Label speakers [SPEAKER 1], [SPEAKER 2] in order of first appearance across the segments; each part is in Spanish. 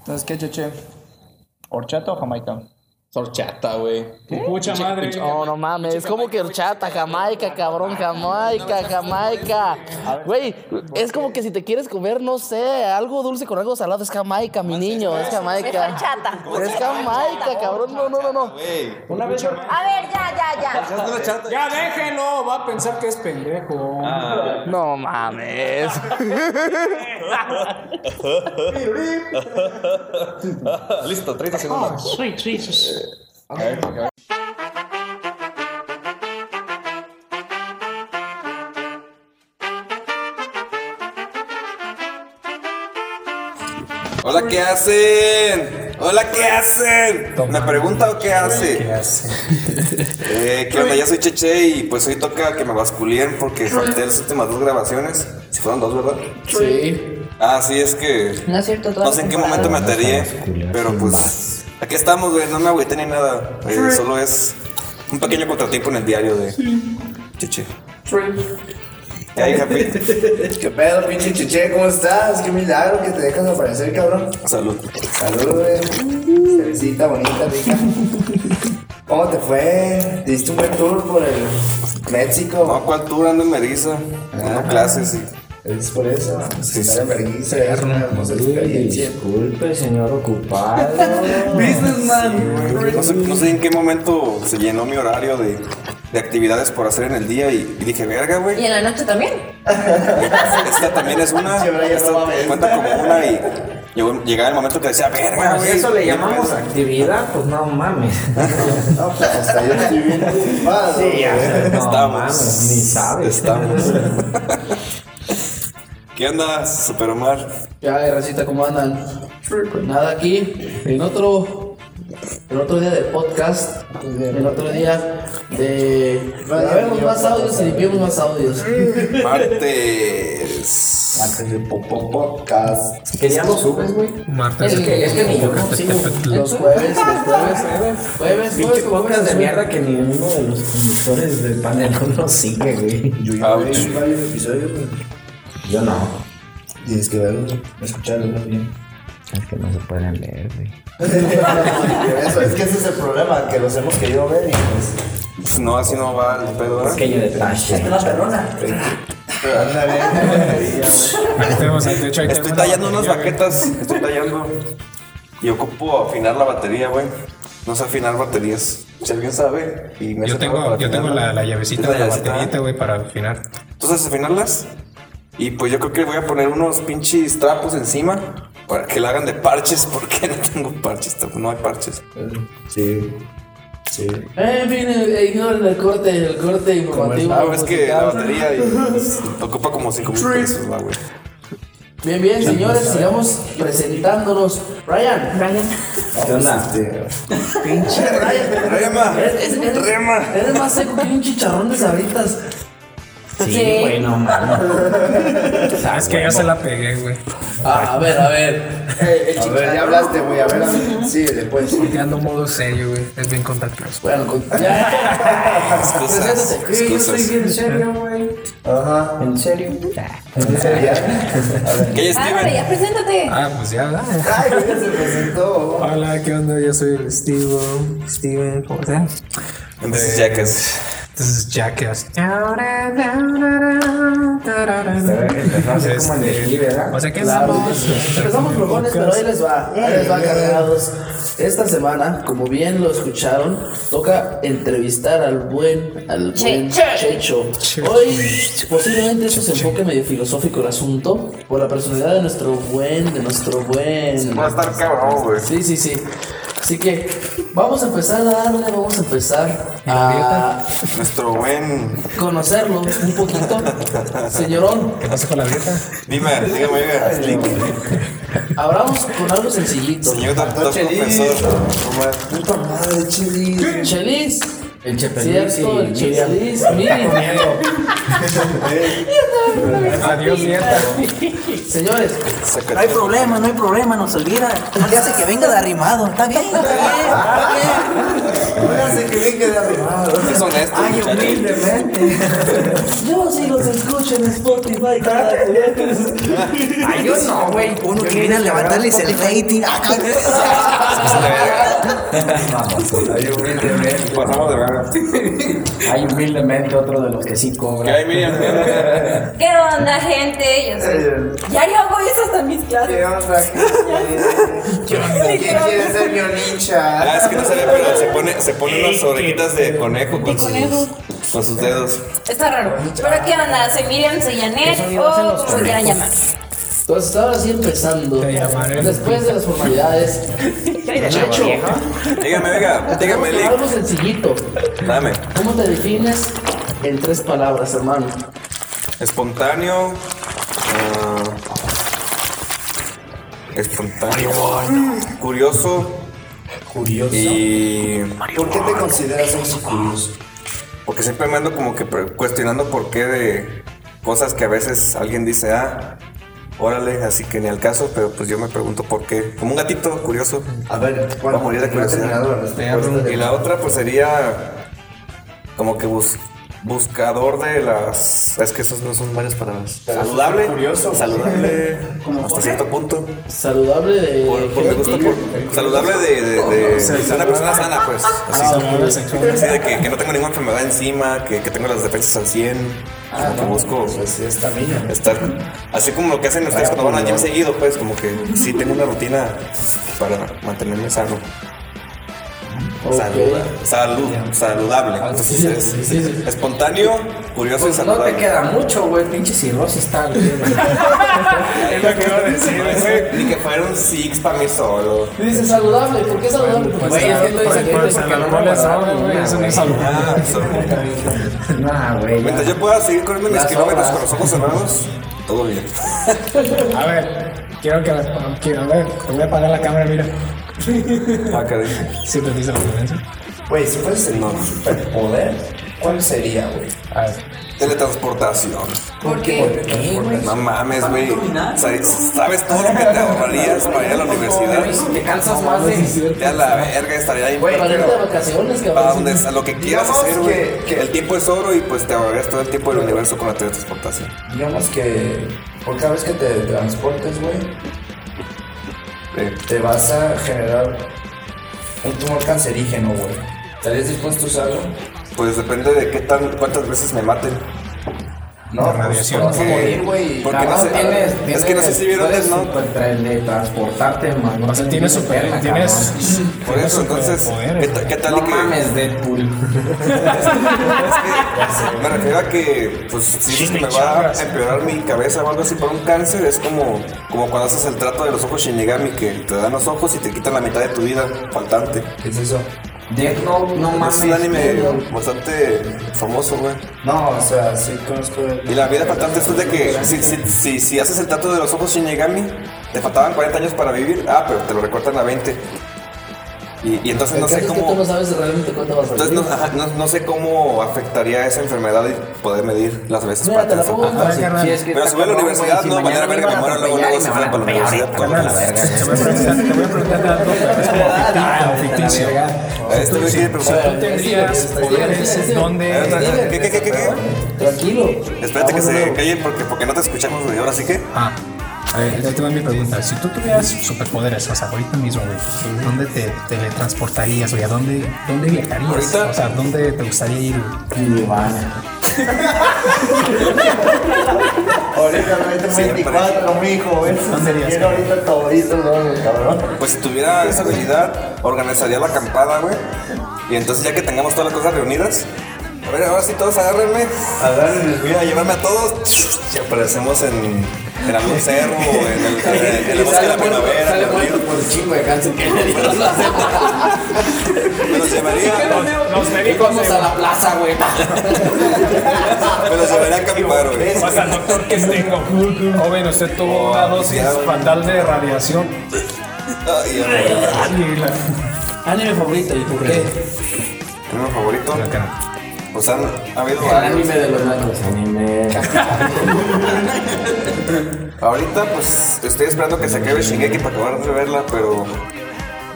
[SPEAKER 1] Entonces, ¿qué, Cheche? ¿Horchata o Jamaica? oh,
[SPEAKER 2] Sorchata, güey.
[SPEAKER 3] Mucha
[SPEAKER 2] Pinche-
[SPEAKER 3] madre.
[SPEAKER 2] pinche-
[SPEAKER 4] No, no mames, es como que horchata, Jamaica, cabrón, Jamaica, Jamaica. Güey, es como que si te quieres comer, no sé, algo dulce con algo salado, es Jamaica, mi niño, es
[SPEAKER 5] Es
[SPEAKER 4] Jamaica.
[SPEAKER 5] horchata.
[SPEAKER 4] Es Jamaica, cabrón, no, no, no, no.
[SPEAKER 2] Güey.
[SPEAKER 3] Una vez.
[SPEAKER 5] A ver, ya, ya, ya.
[SPEAKER 2] Hazme una chata.
[SPEAKER 3] Ya déjenlo, va a pensar que es pendejo.
[SPEAKER 4] No mames.
[SPEAKER 2] Listo, 30 segundos.
[SPEAKER 3] Oh, Sweet
[SPEAKER 6] Eh,
[SPEAKER 3] Jesus.
[SPEAKER 2] A ver, a ver.
[SPEAKER 6] Hola, ¿qué hacen? Hola, ¿qué hacen? ¿Me pregunta o qué hace? Eh, ¿Qué onda? Ya soy Cheche y pues hoy toca que me basculien porque falté las últimas dos grabaciones. Fueron dos, ¿verdad?
[SPEAKER 2] Sí.
[SPEAKER 6] Ah, sí, es que
[SPEAKER 5] No es cierto, toda
[SPEAKER 6] no
[SPEAKER 5] la
[SPEAKER 6] sé en qué
[SPEAKER 5] temporada.
[SPEAKER 6] momento me ataríe, pero pues aquí estamos, güey. No me agüité ni nada. Eh, solo es un pequeño contratiempo en el diario de Cheche. ¿Qué hay, Happy?
[SPEAKER 7] ¿Qué pedo, pinche chiche? ¿Cómo estás? Qué milagro que te dejas aparecer, cabrón.
[SPEAKER 6] Salud.
[SPEAKER 7] Saludos, güey. Cervecita bonita, rica. ¿Cómo te fue? ¿Te diste un buen tour por el
[SPEAKER 6] No,
[SPEAKER 7] México?
[SPEAKER 6] ¿cuál tour ando en Meriza? Dando clases y
[SPEAKER 7] Es por eso.
[SPEAKER 6] Sí,
[SPEAKER 7] Estar en vergüenza es una hermosa experiencia.
[SPEAKER 8] Disculpe, señor ocupado.
[SPEAKER 6] No sé, no sé en qué momento se llenó mi horario de, de actividades por hacer en el día y, y dije, verga,
[SPEAKER 5] Y
[SPEAKER 6] güey.
[SPEAKER 5] en la noche también.
[SPEAKER 6] Esta también es una.
[SPEAKER 7] Sí, ahora ya no
[SPEAKER 6] Esta
[SPEAKER 7] mames.
[SPEAKER 6] cuenta como una y llegó- llegaba el momento que decía, verga,
[SPEAKER 8] Bueno, si
[SPEAKER 6] güey.
[SPEAKER 8] eso le
[SPEAKER 6] ¿qué
[SPEAKER 8] llamamos
[SPEAKER 6] pedo?".
[SPEAKER 8] actividad, pues no mames.
[SPEAKER 7] No, pues hasta yo estoy bien ocupado.
[SPEAKER 8] Sí, ya.
[SPEAKER 7] güey.
[SPEAKER 8] No
[SPEAKER 6] Estamos.
[SPEAKER 8] mames, ni sabes.
[SPEAKER 6] Estamos. ¿Qué onda, Super Omar?
[SPEAKER 9] Ya, eh, racita, ¿cómo andan? Pues nada, aquí, en otro, el otro día del podcast, el otro día de... Grabemos más audios y limpiemos más audios.
[SPEAKER 6] Martes.
[SPEAKER 7] Antes de Popo Podcast.
[SPEAKER 8] Que ya lo subes, güey.
[SPEAKER 9] Es que, es que ni yo consigo. Los jueves, los jueves, jueves,
[SPEAKER 8] Pinche
[SPEAKER 9] jueves, jueves,
[SPEAKER 8] podcast de
[SPEAKER 9] de mierda.
[SPEAKER 8] mierda que ni uno de los conductores del panel no sigue, güey.
[SPEAKER 7] Yo ya
[SPEAKER 6] Ouch.
[SPEAKER 7] vi varios episodios, güey.
[SPEAKER 8] Yo no.
[SPEAKER 7] Tienes que verlos, escucharlos más bien.
[SPEAKER 8] Es que no se pueden leer, güey.
[SPEAKER 7] Eso, es que ese es el problema, que los hemos querido ver y pues...
[SPEAKER 6] Pues no, así no va el pedo, ¿verdad?
[SPEAKER 8] Pequeño detalle.
[SPEAKER 7] La perrona. Ándale.
[SPEAKER 3] Ahí tenemos el techo, ahí tenemos
[SPEAKER 6] Estoy
[SPEAKER 3] la
[SPEAKER 6] tallando unas
[SPEAKER 3] batería, güey.
[SPEAKER 6] baquetas, estoy tallando. Y ocupo afinar la batería, güey. No sé afinar baterías. Si alguien sabe. Y me
[SPEAKER 10] Yo
[SPEAKER 6] hace favor
[SPEAKER 10] tengo,
[SPEAKER 6] para
[SPEAKER 10] yo tengo
[SPEAKER 6] afinarla.
[SPEAKER 10] la, la llavecita
[SPEAKER 6] Esa
[SPEAKER 10] de la
[SPEAKER 6] llavecita.
[SPEAKER 10] baterita, güey, para afinar.
[SPEAKER 6] Entonces afinarlas. Y pues yo creo que voy a poner unos pinches trapos encima para que la hagan de parches, porque no tengo parches, no hay parches.
[SPEAKER 7] Sí. Sí.
[SPEAKER 9] Eh, En fin, eh, ignoren el corte, el corte informativo.
[SPEAKER 6] Ah, es que la
[SPEAKER 9] musical.
[SPEAKER 6] batería y- ocupa como 5 mil pesos, va, güey.
[SPEAKER 9] Bien, bien, señores, sigamos presentándonos. Ryan,
[SPEAKER 8] ¿Qué onda?
[SPEAKER 7] Este,
[SPEAKER 9] pinche Ryan.
[SPEAKER 6] Rema,
[SPEAKER 9] Eres, eres-
[SPEAKER 6] rema.
[SPEAKER 9] eres más seco que un chicharrón de sabritas.
[SPEAKER 8] Sí, güey, no mames.
[SPEAKER 3] Ah, Es que ya se la pegué, güey.
[SPEAKER 9] Ah, a ver, a ver.
[SPEAKER 7] A ver, ya hablaste, güey. A ver, a ver. Sí, después.
[SPEAKER 10] Ya ando modo serio, güey. Es bien contactioso.
[SPEAKER 9] Bueno, con... Pues ya.
[SPEAKER 6] Excusas,
[SPEAKER 9] Güey, yo soy
[SPEAKER 6] excusas.
[SPEAKER 9] bien serio, güey.
[SPEAKER 7] Ajá.
[SPEAKER 8] ¿En serio?
[SPEAKER 6] ¿Qué hay,
[SPEAKER 5] Ándale,
[SPEAKER 6] Steven?
[SPEAKER 5] Ah, ya preséntate.
[SPEAKER 10] Ah, pues ya, ¿verdad?
[SPEAKER 7] Ay, güey, ya se presentó.
[SPEAKER 10] Hola, ¿qué onda? Yo soy el Steven. Steven, ¿cómo estás?
[SPEAKER 6] Entonces, ya que es.
[SPEAKER 10] Entonces, Jackass.
[SPEAKER 8] Empezamos como en el
[SPEAKER 10] Este,
[SPEAKER 8] Gili, ¿verdad?
[SPEAKER 10] O sea, ¿qué
[SPEAKER 9] Claro,
[SPEAKER 10] andamos?
[SPEAKER 9] empezamos flojones, pues pero ahí les va, ahí les va cargados. Esta semana, como bien lo escucharon, toca entrevistar al buen, al buen
[SPEAKER 5] Che-
[SPEAKER 9] Checho. Hoy posiblemente esto se enfoque medio filosófico el asunto por la personalidad de nuestro buen, de nuestro buen.
[SPEAKER 6] Va a estar cabrón, güey.
[SPEAKER 9] Sí, sí, sí. Así que vamos a empezar a darle, vamos a empezar a
[SPEAKER 6] Nuestro buen.
[SPEAKER 9] conocerlo un poquito. Señorón,
[SPEAKER 10] ¿Qué pasa con la dieta?
[SPEAKER 6] Dime, dígame, dígame.
[SPEAKER 9] abramos con algo sencillito.
[SPEAKER 7] pues,
[SPEAKER 6] Señor doctor, profesor.
[SPEAKER 7] Puta madre, chili.
[SPEAKER 9] Chelis, El Chapelix y el Chapelix, miren.
[SPEAKER 3] Adiós, dieta.
[SPEAKER 9] Señores,
[SPEAKER 8] No hay problema, no hay problema, nos olvida. No le hace que venga de arrimado. Está bien, está bien, está bien. No le hace que venga de arrimado.
[SPEAKER 6] Es honesto,
[SPEAKER 8] Ay,
[SPEAKER 6] muchacho.
[SPEAKER 8] humildemente. Yo sí los escucho en Spotify cada Ay, yo no, güey. Ah, Uno que viene a levantarles el rating.
[SPEAKER 7] Ay, humildemente.
[SPEAKER 6] Pasamos de verga.
[SPEAKER 7] Ay, humildemente otro de los que sí
[SPEAKER 6] ¿Qué
[SPEAKER 7] cobra.
[SPEAKER 6] hay, Miriam?
[SPEAKER 5] ¿Qué onda, gente? Yo soy. Ya yo hago eso hasta en mis clases.
[SPEAKER 7] onda? ¿Quién quiere
[SPEAKER 6] Ah,
[SPEAKER 7] ser guionincha?
[SPEAKER 6] es que no sabía, pero se pone, se pone unas orejitas de conejo con, Sus, con sus dedos.
[SPEAKER 5] Está raro. Pero ¿qué onda? Soy Miriam, soy Janet o como se quieran llamar.
[SPEAKER 9] entonces ahora sí empezando.
[SPEAKER 3] Te llamaré.
[SPEAKER 9] Después de las formalidades,
[SPEAKER 6] Dígame, venga, dígame, Lick.
[SPEAKER 9] algo sencillito.
[SPEAKER 6] Dame.
[SPEAKER 9] ¿Cómo te defines en tres palabras, hermano?
[SPEAKER 6] Espontáneo. ah, espontáneo. Curioso. Curioso. Y.
[SPEAKER 7] ¿Por qué te consideras un curioso?
[SPEAKER 6] Porque siempre me ando como que pre- cuestionando por qué de cosas que a veces alguien dice, ah, órale, así que ni al caso, pero pues yo me pregunto por qué. Como un gatito curioso.
[SPEAKER 7] A ver,
[SPEAKER 6] Va a morir de curiosidad. Y la otra pues sería como que bus- buscador de las... Es que esas no son varias palabras. Saludable.
[SPEAKER 7] curioso.
[SPEAKER 6] Saludable. Hasta cierto punto.
[SPEAKER 9] Saludable de.
[SPEAKER 6] Por, por- me gusta por- saludable de, de, de- de una persona sana, pues. Así, así de que, que no tengo ninguna enfermedad encima, que, que tengo las defensas al 100.
[SPEAKER 7] Ah,
[SPEAKER 6] como que busco
[SPEAKER 7] pues, esta niña.
[SPEAKER 6] estar... Así como lo que hacen ustedes cuando van al gym seguido, pues como que sí tengo una rutina para mantenerme sano.
[SPEAKER 9] Ok.
[SPEAKER 6] Saluda- salud, saludable.
[SPEAKER 8] Ah,
[SPEAKER 6] Entonces, es, es- espontáneo, curioso y
[SPEAKER 8] Pues no
[SPEAKER 6] saludable.
[SPEAKER 8] te queda mucho, güey. Pinche cirrosis está, güey.
[SPEAKER 6] Es lo que iba a decir, güey. Ni que fuera un six para mí solo.
[SPEAKER 9] Dice saludable, ¿por qué saludable? Porque
[SPEAKER 8] Güey, es que tú dices
[SPEAKER 3] Pues
[SPEAKER 8] que
[SPEAKER 3] a
[SPEAKER 8] no
[SPEAKER 3] lo mejor le sobra,
[SPEAKER 8] guardaron,
[SPEAKER 3] güey.
[SPEAKER 8] güey.
[SPEAKER 3] Eso no es saludable.
[SPEAKER 6] Ah, solo.
[SPEAKER 8] Nah, güey. ya.
[SPEAKER 6] Mientras yo pueda seguir corriendo mis
[SPEAKER 8] Las
[SPEAKER 6] kilómetros
[SPEAKER 8] obras.
[SPEAKER 6] con los ojos cerrados, todo bien.
[SPEAKER 3] A ver, quiero que la. Quiero, a ver, te voy a apagar la cámara, mira.
[SPEAKER 6] Ah, caray.
[SPEAKER 3] Si te dice la diferencia.
[SPEAKER 7] Güey, si fueras tener un superpoder, ¿cuál sería, güey?
[SPEAKER 3] A ver.
[SPEAKER 6] Teletransportación.
[SPEAKER 5] ¿Por qué?
[SPEAKER 6] No mames, güey. Sa- ¿Sabes todo lo que te ahorrarías para ir a la universidad?
[SPEAKER 8] Te cansas más de.
[SPEAKER 6] Te a la verga, estaría ahí.
[SPEAKER 7] Güey,
[SPEAKER 9] Para
[SPEAKER 6] pero-
[SPEAKER 9] irte de vacaciones,
[SPEAKER 6] Para
[SPEAKER 9] cabrón.
[SPEAKER 6] donde, a lo que quieras
[SPEAKER 7] Digamos
[SPEAKER 6] hacer, güey.
[SPEAKER 7] que- que-
[SPEAKER 6] El tiempo es oro y pues te ahorrarías todo el tiempo del universo con la teletransportación.
[SPEAKER 7] Digamos que por cada vez que te transportes, güey,
[SPEAKER 6] Eh,
[SPEAKER 7] te vas a generar un tumor cancerígeno, güey. ¿Estarías dispuesto a usarlo?
[SPEAKER 6] Pues depende de qué tan, cuántas veces me maten.
[SPEAKER 7] No,
[SPEAKER 3] De
[SPEAKER 7] pues,
[SPEAKER 3] radiación,
[SPEAKER 7] vas a
[SPEAKER 6] porque-
[SPEAKER 7] morir, güey.
[SPEAKER 6] porque
[SPEAKER 7] Nada
[SPEAKER 6] no
[SPEAKER 7] más
[SPEAKER 6] sé-
[SPEAKER 7] tienes-
[SPEAKER 6] Es que no sé si vieron
[SPEAKER 8] puedes
[SPEAKER 6] el, ¿no?
[SPEAKER 8] super tra- de transportarte, man.
[SPEAKER 3] O sea, tienes super.
[SPEAKER 8] Verga,
[SPEAKER 3] Tienes.
[SPEAKER 6] Por eso, entonces, ¿qué,
[SPEAKER 3] Poderes,
[SPEAKER 6] ta- qué tal
[SPEAKER 8] cabrón.
[SPEAKER 6] y
[SPEAKER 8] No
[SPEAKER 6] que-
[SPEAKER 8] mames, Deadpool.
[SPEAKER 6] Me refiero a que, pues, si me va a empeorar mi cabeza o algo así por un cáncer, es como, como cuando haces el trato de los ojos Shinigami, que te dan los ojos y te quitan la mitad de tu vida faltante.
[SPEAKER 7] ¿Qué es eso?
[SPEAKER 8] Death Note, no mames.
[SPEAKER 6] es un anime bastante famoso, güey.
[SPEAKER 7] No, o sea, sí conozco el...
[SPEAKER 6] Y la vida faltante es de que si, si, si, si haces el trato de los ojos Shinigami, te faltaban 40 años para vivir, ah, pero te lo recortan a 20. Y, y entonces
[SPEAKER 9] El
[SPEAKER 6] no
[SPEAKER 9] caso
[SPEAKER 6] sé
[SPEAKER 9] es que tú
[SPEAKER 6] cómo...
[SPEAKER 9] no sabes realmente cuánto vas a
[SPEAKER 6] Entonces
[SPEAKER 9] vivir.
[SPEAKER 6] no, ajá, no- no sé cómo afectaría esa enfermedad y poder medir las veces
[SPEAKER 9] Mira, te la
[SPEAKER 6] tener-
[SPEAKER 9] pongo
[SPEAKER 6] Ajá.
[SPEAKER 9] fácil.
[SPEAKER 8] Si es que
[SPEAKER 6] Pero
[SPEAKER 8] está
[SPEAKER 6] si voy a la
[SPEAKER 8] cabrón,
[SPEAKER 6] universidad,
[SPEAKER 8] güey,
[SPEAKER 6] no,
[SPEAKER 8] si
[SPEAKER 6] mañana verga,
[SPEAKER 8] mañana
[SPEAKER 6] me
[SPEAKER 8] me van
[SPEAKER 6] muero,
[SPEAKER 8] a
[SPEAKER 6] luego,
[SPEAKER 8] atropellar
[SPEAKER 6] luego
[SPEAKER 8] y
[SPEAKER 6] se
[SPEAKER 8] me
[SPEAKER 6] fueron
[SPEAKER 8] van a
[SPEAKER 6] para la universidad.
[SPEAKER 8] atropellar.
[SPEAKER 6] todos a la verga.
[SPEAKER 3] Te voy a preguntar- te voy a preguntar algo, pero es como ficticio, ficticio.
[SPEAKER 6] A ver, Este me quiere preguntar.
[SPEAKER 3] Ah, Tendrías poderes
[SPEAKER 6] A ver,
[SPEAKER 3] donde.
[SPEAKER 6] ¿Qué, qué, qué, qué, qué?
[SPEAKER 9] Tranquilo.
[SPEAKER 6] Espérate que
[SPEAKER 9] Vamos de
[SPEAKER 6] se
[SPEAKER 9] nuevo.
[SPEAKER 6] callen porque, porque no te escuchamos, güey. Ahora sí que.
[SPEAKER 3] Ah, a ver, ahí te va mi pregunta. Si tú tuvieras superpoderes, o sea, ahorita mismo, güey, ¿dónde te teletransportarías, güey? ¿A dónde, dónde viajarías?
[SPEAKER 6] ¿Ahorita?
[SPEAKER 3] O sea, ¿dónde te gustaría ir, güey?
[SPEAKER 7] Ahorita no es
[SPEAKER 6] Siempre.
[SPEAKER 7] 24, mijo, eso
[SPEAKER 3] ¿Dónde
[SPEAKER 7] se
[SPEAKER 3] irías,
[SPEAKER 7] quiere ahorita todito, ¿no, cabrón?
[SPEAKER 6] Pues si tuviera esa habilidad, organizaría la acampada, güey. Y entonces, ya que tengamos todas las cosas reunidas, a ver, ahora sí todos agárrenme. Agárrenme. Voy a llevarme a todos. Y aparecemos en, en algún cerro, o en el, en el
[SPEAKER 9] Y
[SPEAKER 6] bosque de la
[SPEAKER 9] sale muerto-
[SPEAKER 6] primavera.
[SPEAKER 9] sale
[SPEAKER 6] en el río.
[SPEAKER 9] muerto por el chingo de cáncer que le dio.
[SPEAKER 6] Me los llevaría,
[SPEAKER 3] Los
[SPEAKER 9] Vamos a la plaza, güey.
[SPEAKER 6] me los llevaría a acampar, güey.
[SPEAKER 3] Pasa al doctor que tengo. Joven, Oh, usted tuvo una dosis fatal de radiación.
[SPEAKER 6] Ay, amor.
[SPEAKER 3] Y la-
[SPEAKER 9] Anime favorito, ¿y por qué?
[SPEAKER 6] ¿Anime favorito? Pues han ha habido
[SPEAKER 9] El anime de los nacos.
[SPEAKER 6] Anime. Ahorita, pues, estoy esperando que se acabe Shingeki para acabar de verla, pero...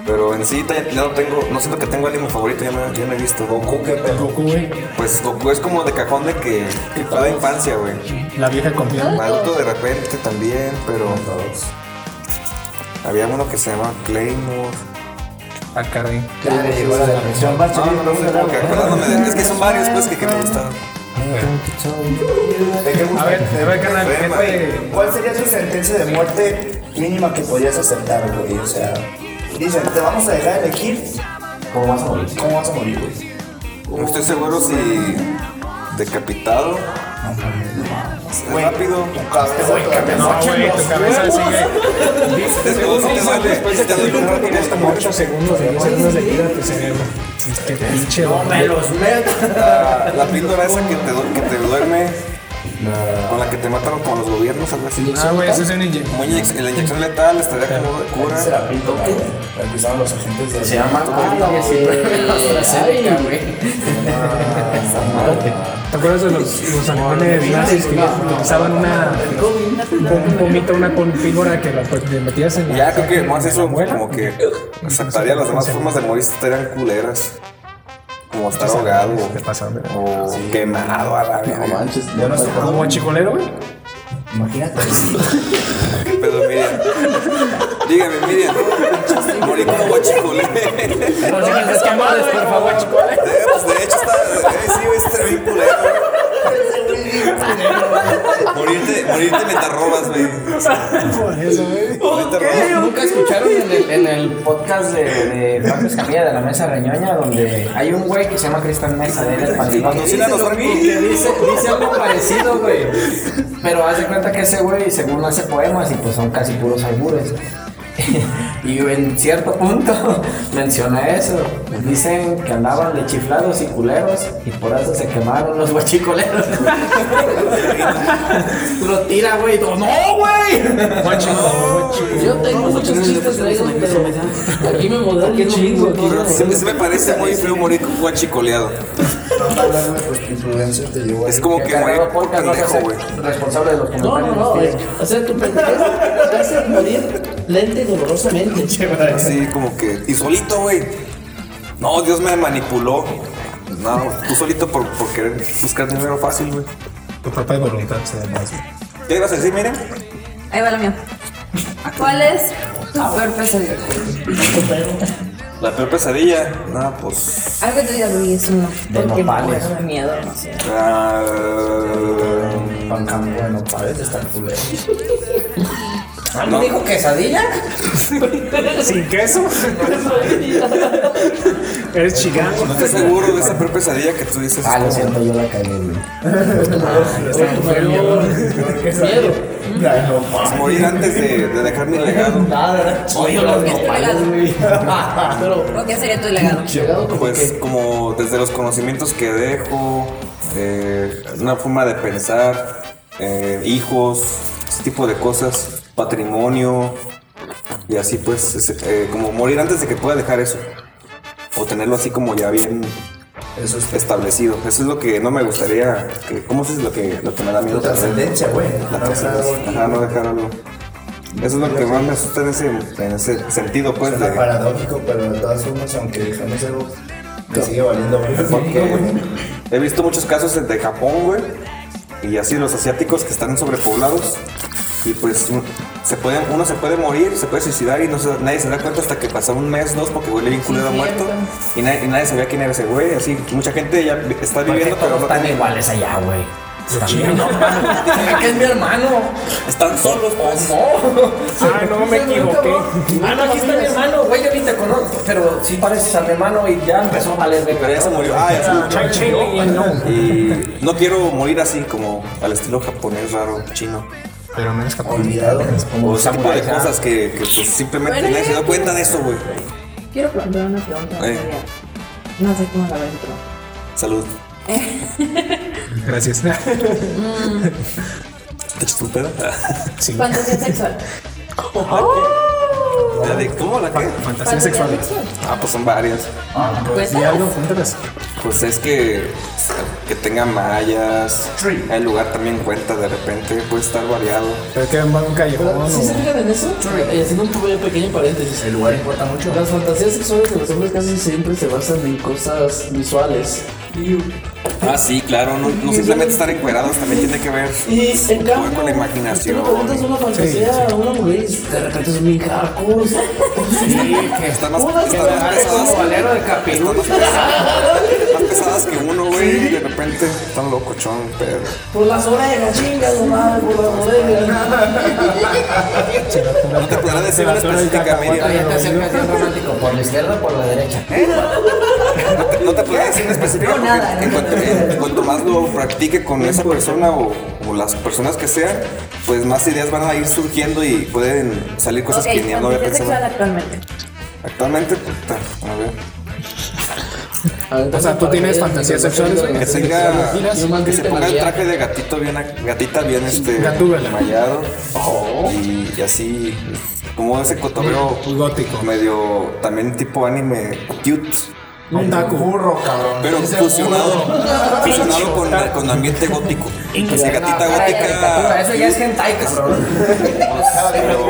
[SPEAKER 6] Pero en sí, ta- ya no tengo... No siento que tengo anime favorito, ya no, ya no he visto. Goku, ¿qué pedo?
[SPEAKER 3] Goku, güey.
[SPEAKER 6] Pues Goku es como de cajón de que... Cada infancia, güey.
[SPEAKER 3] La vieja confiada.
[SPEAKER 6] Naruto de repente también, pero... Había uno que se llamaba Claymore.
[SPEAKER 3] Ah, caray.
[SPEAKER 7] Ya le llegó la depresión. Vas,
[SPEAKER 6] No, no, no, sé, como que acordándome de- Es que son varios, pues, que, que me gustaron.
[SPEAKER 7] ¿De qué gusto?
[SPEAKER 3] A ver, a ver, carnal, ¿qué
[SPEAKER 6] Crema.
[SPEAKER 3] te-
[SPEAKER 7] ¿Cuál sería tu sentencia de muerte mínima que podrías aceptar, güey? O sea, dicen, te vamos a dejar elegir. ¿Cómo vas a morir? ¿Cómo vas a morir, güey?
[SPEAKER 6] No estoy seguro si decapitado. Es rápido.
[SPEAKER 7] Tu
[SPEAKER 6] Este
[SPEAKER 7] cabeza, tu cabeza.
[SPEAKER 3] No, Ah, güey, tu cabeza sigue.
[SPEAKER 6] Es como si te sale después y te duele un rato,
[SPEAKER 3] Tienes como 8 segundos, 10 segundos de vida a tu cerebro. Qué pinche hombre.
[SPEAKER 6] La, la píldora esa que te, du- que te duerme. Con la que te matan con los gobiernos, algo así.
[SPEAKER 3] Ah, güey, eso es un inye-
[SPEAKER 6] Como inyec- la inyección letal estaría como de cura.
[SPEAKER 7] Se la pinto, güey. La empezaron los agentes de.
[SPEAKER 9] Se llama AstraZeneca, güey.
[SPEAKER 3] ¿Te acuerdas de los, los alemanes nazis que utilizaban una un pomito, una pólvora que la pues, le metías en la
[SPEAKER 6] Ya creo que más eso,
[SPEAKER 3] muela?
[SPEAKER 6] como que aceptaría las demás formas de morir, estarían culeras. Como estar ahogado
[SPEAKER 3] Te pasa, güey.
[SPEAKER 6] o quemado a la verga.
[SPEAKER 7] Yo no sé cómo.
[SPEAKER 3] Como chicolero, güey.
[SPEAKER 7] Imagínate.
[SPEAKER 6] Pero Miriam, dígame Miriam, morí como guachicole. Eh,
[SPEAKER 4] Por si quieres escamales, por favor, chico.
[SPEAKER 6] pues de hecho está, eh, sí, güey, está bien culero. Morirte, morirte mientras robas, güey. Mientras robas.
[SPEAKER 8] ¿Nunca escucharon en el, en el podcast de, de Franco Escamilla de la Mesa Reñoña? Donde hay un güey que se llama Cristian Mesa, de él es participante.
[SPEAKER 6] Patrocina los barcos.
[SPEAKER 8] Que dice, dice algo parecido, güey. Pero haz de cuenta que ese güey, según hace poemas, y pues son casi puros albures. y en cierto punto menciona eso. Dicen que andaban de chiflados y culeros, y por eso se quemaron los guachicoleros. Lo tira, güey. y todo, ¡No, güey!
[SPEAKER 9] Yo tengo muchos chistes negros, pero aquí me modelo
[SPEAKER 8] Qué chingo,
[SPEAKER 9] todo.
[SPEAKER 6] Se, se me parece muy feo morir como guachicoleado.
[SPEAKER 7] Influencer Pues te llevó
[SPEAKER 6] Es como que morir por pendejo, güey.
[SPEAKER 8] Responsable de los
[SPEAKER 9] No, no,
[SPEAKER 8] comentarios.
[SPEAKER 9] no. es- O sea, tu pendejo te hace morir lente y dolorosamente.
[SPEAKER 6] Así como que. Y solito, güey. No, Dios me manipuló. No, tú solito por, por querer buscar dinero fácil, güey.
[SPEAKER 3] Tu propia voluntad, se demás.
[SPEAKER 6] ¿Qué ibas a decir, miren?
[SPEAKER 5] Ahí va la mía. ¿Cuál es tu peor pesadilla?
[SPEAKER 6] La peor pesadilla. No, pues.
[SPEAKER 5] Algo que te digas, uy, es uno.
[SPEAKER 8] De
[SPEAKER 5] porque me
[SPEAKER 8] nopales.
[SPEAKER 5] muero de miedo, no sé.
[SPEAKER 6] ah,
[SPEAKER 7] Pancam, bueno, paredes están culeros.
[SPEAKER 8] ¿Alguien dijo quesadilla?
[SPEAKER 3] ¿Sin queso? Eres chilango.
[SPEAKER 6] no estoy seguro de esa peor pesadilla que tú dices.
[SPEAKER 8] Ah, lo siento, yo la cagué, güey.
[SPEAKER 9] Miedo.
[SPEAKER 6] Es morir antes de, de dejar mi legado.
[SPEAKER 9] Odio
[SPEAKER 5] Porque es
[SPEAKER 9] los
[SPEAKER 5] tu
[SPEAKER 9] nopales.
[SPEAKER 5] legado.
[SPEAKER 9] Pero,
[SPEAKER 5] ¿O qué sería tu legado?
[SPEAKER 9] llegado como
[SPEAKER 6] Pues
[SPEAKER 9] que.
[SPEAKER 6] como desde los conocimientos que dejo, eh, una forma de pensar, eh, hijos, ese tipo de cosas, patrimonio, y así pues, ese- eh, como morir antes de que pueda dejar eso, o tenerlo así como ya bien establecido. Eso es lo que no me gustaría, que, ¿cómo se dice? lo que, lo que me da miedo?
[SPEAKER 7] Tu trascendencia, güey.
[SPEAKER 6] La
[SPEAKER 7] No,
[SPEAKER 6] trascendencia.
[SPEAKER 7] claro.
[SPEAKER 6] Ajá, no dejar algo. Eso es lo que más me asusta en ese, en ese sentido, pues,
[SPEAKER 7] Suena
[SPEAKER 6] de-
[SPEAKER 7] paradójico, pero de todas formas, aunque dejemos algo, te sigue valiendo verga,
[SPEAKER 6] Porque he visto muchos casos de Japón, güey. Y así los asiáticos que están sobrepoblados. Y pues un- se puede, uno se puede morir, se puede suicidar y no se- nadie se da cuenta hasta que pasa un mes, dos, porque huele bien culero muerto. Y, nadie- y nadie sabía quién era ese güey. Así, mucha gente ya vi- está viviendo, pero no
[SPEAKER 8] Están
[SPEAKER 6] tiene-
[SPEAKER 8] iguales allá, güey. También, no, que es mi hermano.
[SPEAKER 6] están solos, pues.
[SPEAKER 3] Ah, no, me equivoqué.
[SPEAKER 8] Ah, no, aquí está mi hermano, güey, yo ni te conozco. Pero sí pareces a mi hermano y ya empezó a valer de
[SPEAKER 6] Pero ya se murió. Ah, ya se murió.
[SPEAKER 3] Chang-Chi, no.
[SPEAKER 6] Y no quiero morir así, como al estilo japonés raro, chino.
[SPEAKER 3] Pero menos capaz.
[SPEAKER 7] olvidado.
[SPEAKER 6] O ese tipo de cosas que, que, pues, simplemente
[SPEAKER 5] Bueno,
[SPEAKER 6] nadie se da
[SPEAKER 5] ya.
[SPEAKER 6] cuenta de eso, güey.
[SPEAKER 5] Quiero plantear una pregunta.
[SPEAKER 6] Eh.
[SPEAKER 5] seria. No sé cómo la ven, pero-
[SPEAKER 6] Salud.
[SPEAKER 3] Gracias.
[SPEAKER 6] ¿Te echaste un pedo?
[SPEAKER 5] Fantasía sexual.
[SPEAKER 6] ¿La de cómo la qué?
[SPEAKER 3] Fantasía sexual.
[SPEAKER 6] Ah, pues son varias.
[SPEAKER 5] Pues,
[SPEAKER 3] ¿Y algo? Cuéntalas.
[SPEAKER 6] Pues es que que tenga mallas, el lugar también cuenta de repente, puede estar variado.
[SPEAKER 3] Pero que van a un callejón.
[SPEAKER 9] ¿Sí se
[SPEAKER 3] o-
[SPEAKER 9] fijan en eso? Eh, haciendo un pe- pequeño paréntesis. El lugar importa mucho. Las fantasías sexuales de los hombres casi siempre se basan en cosas visuales.
[SPEAKER 6] Ah, sí, claro, no, no simplemente estar encuerados, también tiene que ver
[SPEAKER 9] Y en
[SPEAKER 6] jugar
[SPEAKER 9] cambio,
[SPEAKER 6] con la
[SPEAKER 9] tú le
[SPEAKER 6] imaginación.
[SPEAKER 9] preguntas una fantasía a una mujer y de repente es muy hardcore.
[SPEAKER 6] Están más,
[SPEAKER 9] Una
[SPEAKER 6] están más pesadas,
[SPEAKER 8] Valero de Capirú.
[SPEAKER 6] están más pesadas- más pesadas que uno, güey, de repente están locochón, pero...
[SPEAKER 9] Por las orejas, chingas, mamá, por las orejas.
[SPEAKER 6] No te podrá decir una específica media.
[SPEAKER 8] Ya te acercas bien romántico, por la izquierda o por la derecha.
[SPEAKER 6] ¿Eh? No te, no te podrá decir una específica porque en cuanto, en cuanto más lo practique con esa persona o, o las personas que sean, pues más ideas van a ir surgiendo y pueden salir cosas
[SPEAKER 5] ok,
[SPEAKER 6] que ni no había
[SPEAKER 5] fantasía sexual
[SPEAKER 6] pensado.
[SPEAKER 5] actualmente.
[SPEAKER 6] Actualmente, puta, a ver.
[SPEAKER 3] O sea, tú tienes fantasías sexuales, güey.
[SPEAKER 6] Que tenga, que se ponga el traje de gatito bien, gatita bien este,
[SPEAKER 3] Gatúbela.
[SPEAKER 6] mallado
[SPEAKER 3] Oh.
[SPEAKER 6] y, y así, como ese cotorreo
[SPEAKER 8] Pues
[SPEAKER 3] Gótico.
[SPEAKER 6] medio, también tipo anime, cute,
[SPEAKER 3] Un taco. burro, cabrón.
[SPEAKER 6] pero fusionado, fusionado con, con ambiente gótico, así gatita
[SPEAKER 8] Cara de caricatura,
[SPEAKER 6] gótica,
[SPEAKER 8] Eso ya es hentai, cabrón.
[SPEAKER 6] pero, pero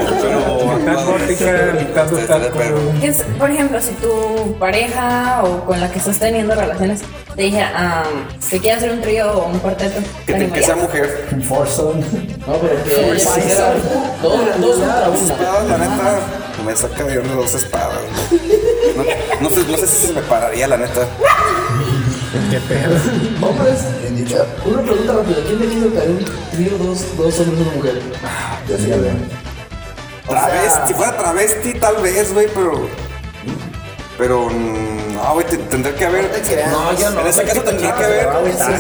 [SPEAKER 6] este,
[SPEAKER 3] Mitad gótica, mitad
[SPEAKER 6] Está- está de
[SPEAKER 3] taco.
[SPEAKER 6] perro.
[SPEAKER 5] Que es, por ejemplo, si tu pareja o con la que estás teniendo relaciones te dijera ah, que quiere hacer un trío o un cuarteto,
[SPEAKER 6] que,
[SPEAKER 5] ¿te
[SPEAKER 6] te- que
[SPEAKER 5] animarías?
[SPEAKER 6] sea mujer.
[SPEAKER 9] No, pero que siquiera dos, dos contra una.
[SPEAKER 6] espadas, la neta, me saca de una dos espadas. No, no sé, no sé si se me pararía, la neta.
[SPEAKER 3] Qué pedo.
[SPEAKER 9] Hombres, una pregunta rápida. ¿Quién le quiso caer un trío, dos, dos hombres, una mujer?
[SPEAKER 6] Travesti, si fuera travesti tal vez, güey, pero. Pero. mm, No, güey, te- tendría que haber. No, yo no. En ese caso tendría que haber.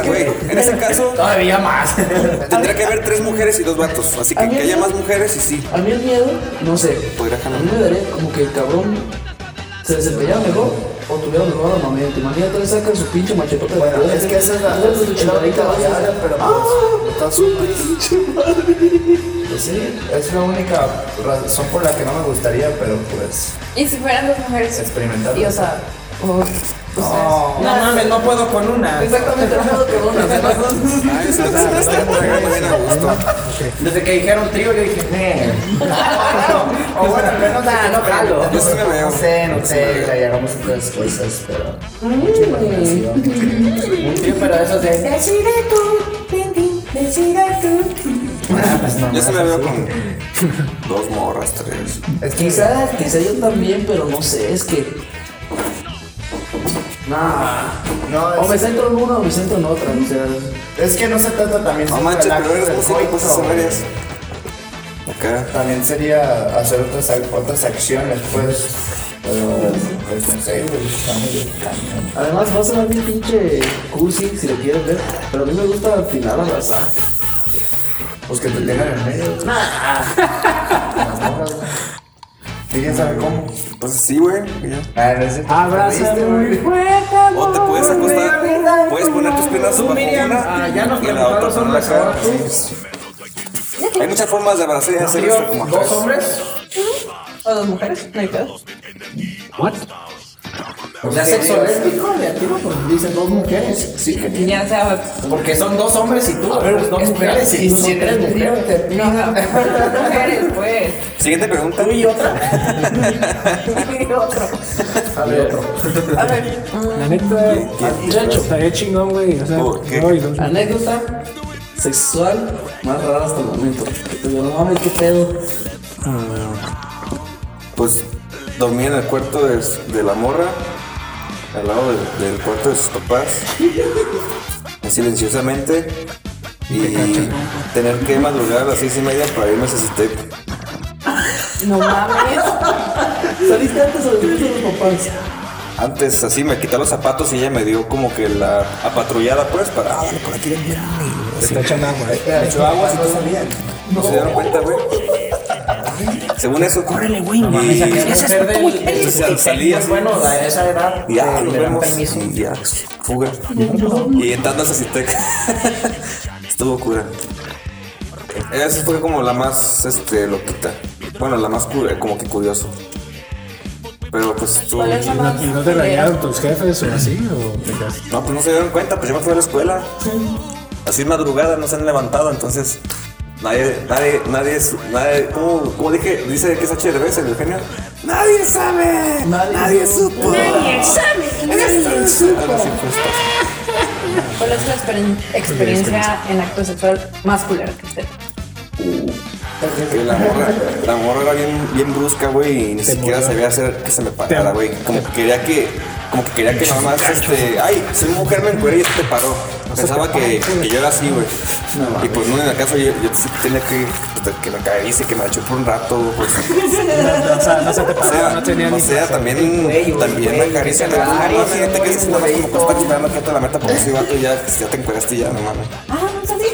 [SPEAKER 6] Güey, en ese caso
[SPEAKER 8] Todavía más.
[SPEAKER 6] tendría que haber tres mujeres y dos vatos. Así que que haya más mujeres y sí.
[SPEAKER 9] A mí el miedo, no sé.
[SPEAKER 6] Podría
[SPEAKER 9] A
[SPEAKER 6] jalar.
[SPEAKER 9] mí me daría como que el cabrón se desempeñaba mejor o tuviera mejor armamento. Imagínate, le sacan su pinche machetote.
[SPEAKER 7] Bueno, es que esa es la-
[SPEAKER 9] Entonces, tu
[SPEAKER 7] es la
[SPEAKER 9] chingadita
[SPEAKER 7] única
[SPEAKER 9] vas a
[SPEAKER 7] variable,
[SPEAKER 9] hacer,
[SPEAKER 7] pero, pues,
[SPEAKER 9] ¡Ah!
[SPEAKER 7] entonces,
[SPEAKER 9] su pinche madre!
[SPEAKER 7] Pues sí, es la única razón por la que no me gustaría, pero pues
[SPEAKER 5] Y si fueran dos mujeres,
[SPEAKER 7] Experimentar.
[SPEAKER 5] y, o sea, o-
[SPEAKER 8] No mames, no puedo con una.
[SPEAKER 9] Exactamente, no puedo con una, además, no.
[SPEAKER 8] Desde que dijeron trío, yo dije, "Nee".
[SPEAKER 7] O bueno, al menos
[SPEAKER 8] Nah, no jalo.
[SPEAKER 6] Yo sí me veo.
[SPEAKER 7] no sé, no
[SPEAKER 6] eh,
[SPEAKER 7] sé, ahí hagamos otras cosas, pero
[SPEAKER 8] Sí, pero eso de.
[SPEAKER 5] Decide tú, tin, tin, decide tú.
[SPEAKER 6] Yo sí me veo con dos morras, tres.
[SPEAKER 7] es que
[SPEAKER 9] Quizá, quizá yo también, pero no sé, es que. Nah.
[SPEAKER 7] no
[SPEAKER 9] O me
[SPEAKER 7] es,
[SPEAKER 9] centro en una o me centro en otra. O sea,
[SPEAKER 7] es que no se trata también
[SPEAKER 6] No
[SPEAKER 7] solo
[SPEAKER 6] manches,
[SPEAKER 7] del
[SPEAKER 6] pero
[SPEAKER 7] acto
[SPEAKER 6] eres
[SPEAKER 7] del
[SPEAKER 6] músico,
[SPEAKER 7] coito,
[SPEAKER 6] pues hacer varias. Acá.
[SPEAKER 7] También sería hacer otras ac- otras acciones, pues. Pero pues no sé, güey, está muy cañón.
[SPEAKER 9] además va a sonar bien pinche cursi si lo quieres ver, pero a mí me gusta al final abrazar.
[SPEAKER 7] Pues que te tengan en medio. güey. Las morras, güey. ¿Y quién sabe cómo?
[SPEAKER 6] Pues sí, güey. ya.
[SPEAKER 7] Ah, no sé.
[SPEAKER 8] Abrázame muy
[SPEAKER 6] O te puedes acostar, puedes poner tus piernas
[SPEAKER 8] Tú,
[SPEAKER 6] bajo
[SPEAKER 8] Miriam,
[SPEAKER 6] una
[SPEAKER 8] ah, ya nos
[SPEAKER 6] y la otra
[SPEAKER 8] preocuparon los
[SPEAKER 6] por la
[SPEAKER 8] hombres
[SPEAKER 6] cara.
[SPEAKER 8] ahora tú.
[SPEAKER 6] Hay muchas formas de abrazar y hacer esto como
[SPEAKER 8] ¿Dos
[SPEAKER 6] acá.
[SPEAKER 8] hombres?
[SPEAKER 5] O dos mujeres, no hay pedo.
[SPEAKER 8] Ya sexo lésbico, le atiro, pues dicen dos mujeres. Sí, que tiene.
[SPEAKER 5] Ya sea,
[SPEAKER 8] Porque son dos hombres y tú, pero dos mujeres y tú son tres mujeres.
[SPEAKER 5] no, no, dos mujeres, pues.
[SPEAKER 6] Siguiente pregunta.
[SPEAKER 8] Y otra.
[SPEAKER 5] Y otro.
[SPEAKER 8] A ver,
[SPEAKER 5] A ver,
[SPEAKER 10] La neta, estaría chingón, güey. O sea,
[SPEAKER 6] ¿Por qué?
[SPEAKER 10] no, y no-
[SPEAKER 9] Anécdota sexual más rara hasta el momento. Pero no mames, qué pedo.
[SPEAKER 6] Pues dormí en el cuarto de, de la morra, al lado del- del cuarto de sus papás, silenciosamente. Y tener que madrugar a las seis y media para irme a Sesitec.
[SPEAKER 5] no mames.
[SPEAKER 9] ¿Saliste antes o después de los papás?
[SPEAKER 6] Antes así me quité los zapatos y ella me dio como que la apatrullada pues para... Ah, dale, por aquí, ven, ven".
[SPEAKER 3] Está echando agua.
[SPEAKER 7] ¿eh?
[SPEAKER 6] Le echó agua y no sabían. No pues". se dieron cuenta, güey. Según eso, córrele, güey. Y
[SPEAKER 8] mujer del- del-
[SPEAKER 6] sal- salías.
[SPEAKER 8] Pues bueno, a esa edad.
[SPEAKER 6] y Ya,
[SPEAKER 8] eh,
[SPEAKER 6] nos
[SPEAKER 8] le dan
[SPEAKER 6] vemos.
[SPEAKER 8] permiso.
[SPEAKER 6] Y ya, fuga. Y entrando a Sacitec. Estuvo cura. Esa fue como la más, este, loquita. Bueno, la más cura, como que curioso. Pero pues estuvo
[SPEAKER 5] ¿Cuáles son las
[SPEAKER 3] ¿Y no te regañaron tus jefes o así? ¿O te quedaste?
[SPEAKER 6] No, pues no se dieron cuenta, pues yo me fui a la escuela. Así madrugada no se han levantado, entonces nadie, nadie, nadie, es- nadie ¿cómo, cómo dije? Dice que es H. Derbez, el genio. ¡Nadie sabe! ¡Nadie, supo!
[SPEAKER 5] Nadie sabe, nadie supo.
[SPEAKER 6] Algo así, pues, está.
[SPEAKER 5] ¿Cuál es la exper- experiencia en acto sexual más culera que usted?
[SPEAKER 6] Que la morra, la morra era bien, bien brusca, güey, y ni siquiera sabía hacer que se me parara, güey. Como que quería que, como que quería que nada más, este, ay, soy mujer, me encueré y se te paró. Pensaba que, que yo era así, güey. y pues no, en el caso yo, yo sí tenía que, que me cagadice, que me la por un rato, pues.
[SPEAKER 3] O sea, no se te
[SPEAKER 6] O sea,
[SPEAKER 3] pasaba, no tenía
[SPEAKER 6] o
[SPEAKER 3] ni
[SPEAKER 6] sea, también, también la caricia de la gente que se está esperando que te la meta por ese vato y ya, ya te encueraste y ya, no mames.
[SPEAKER 5] Ah, no sabía.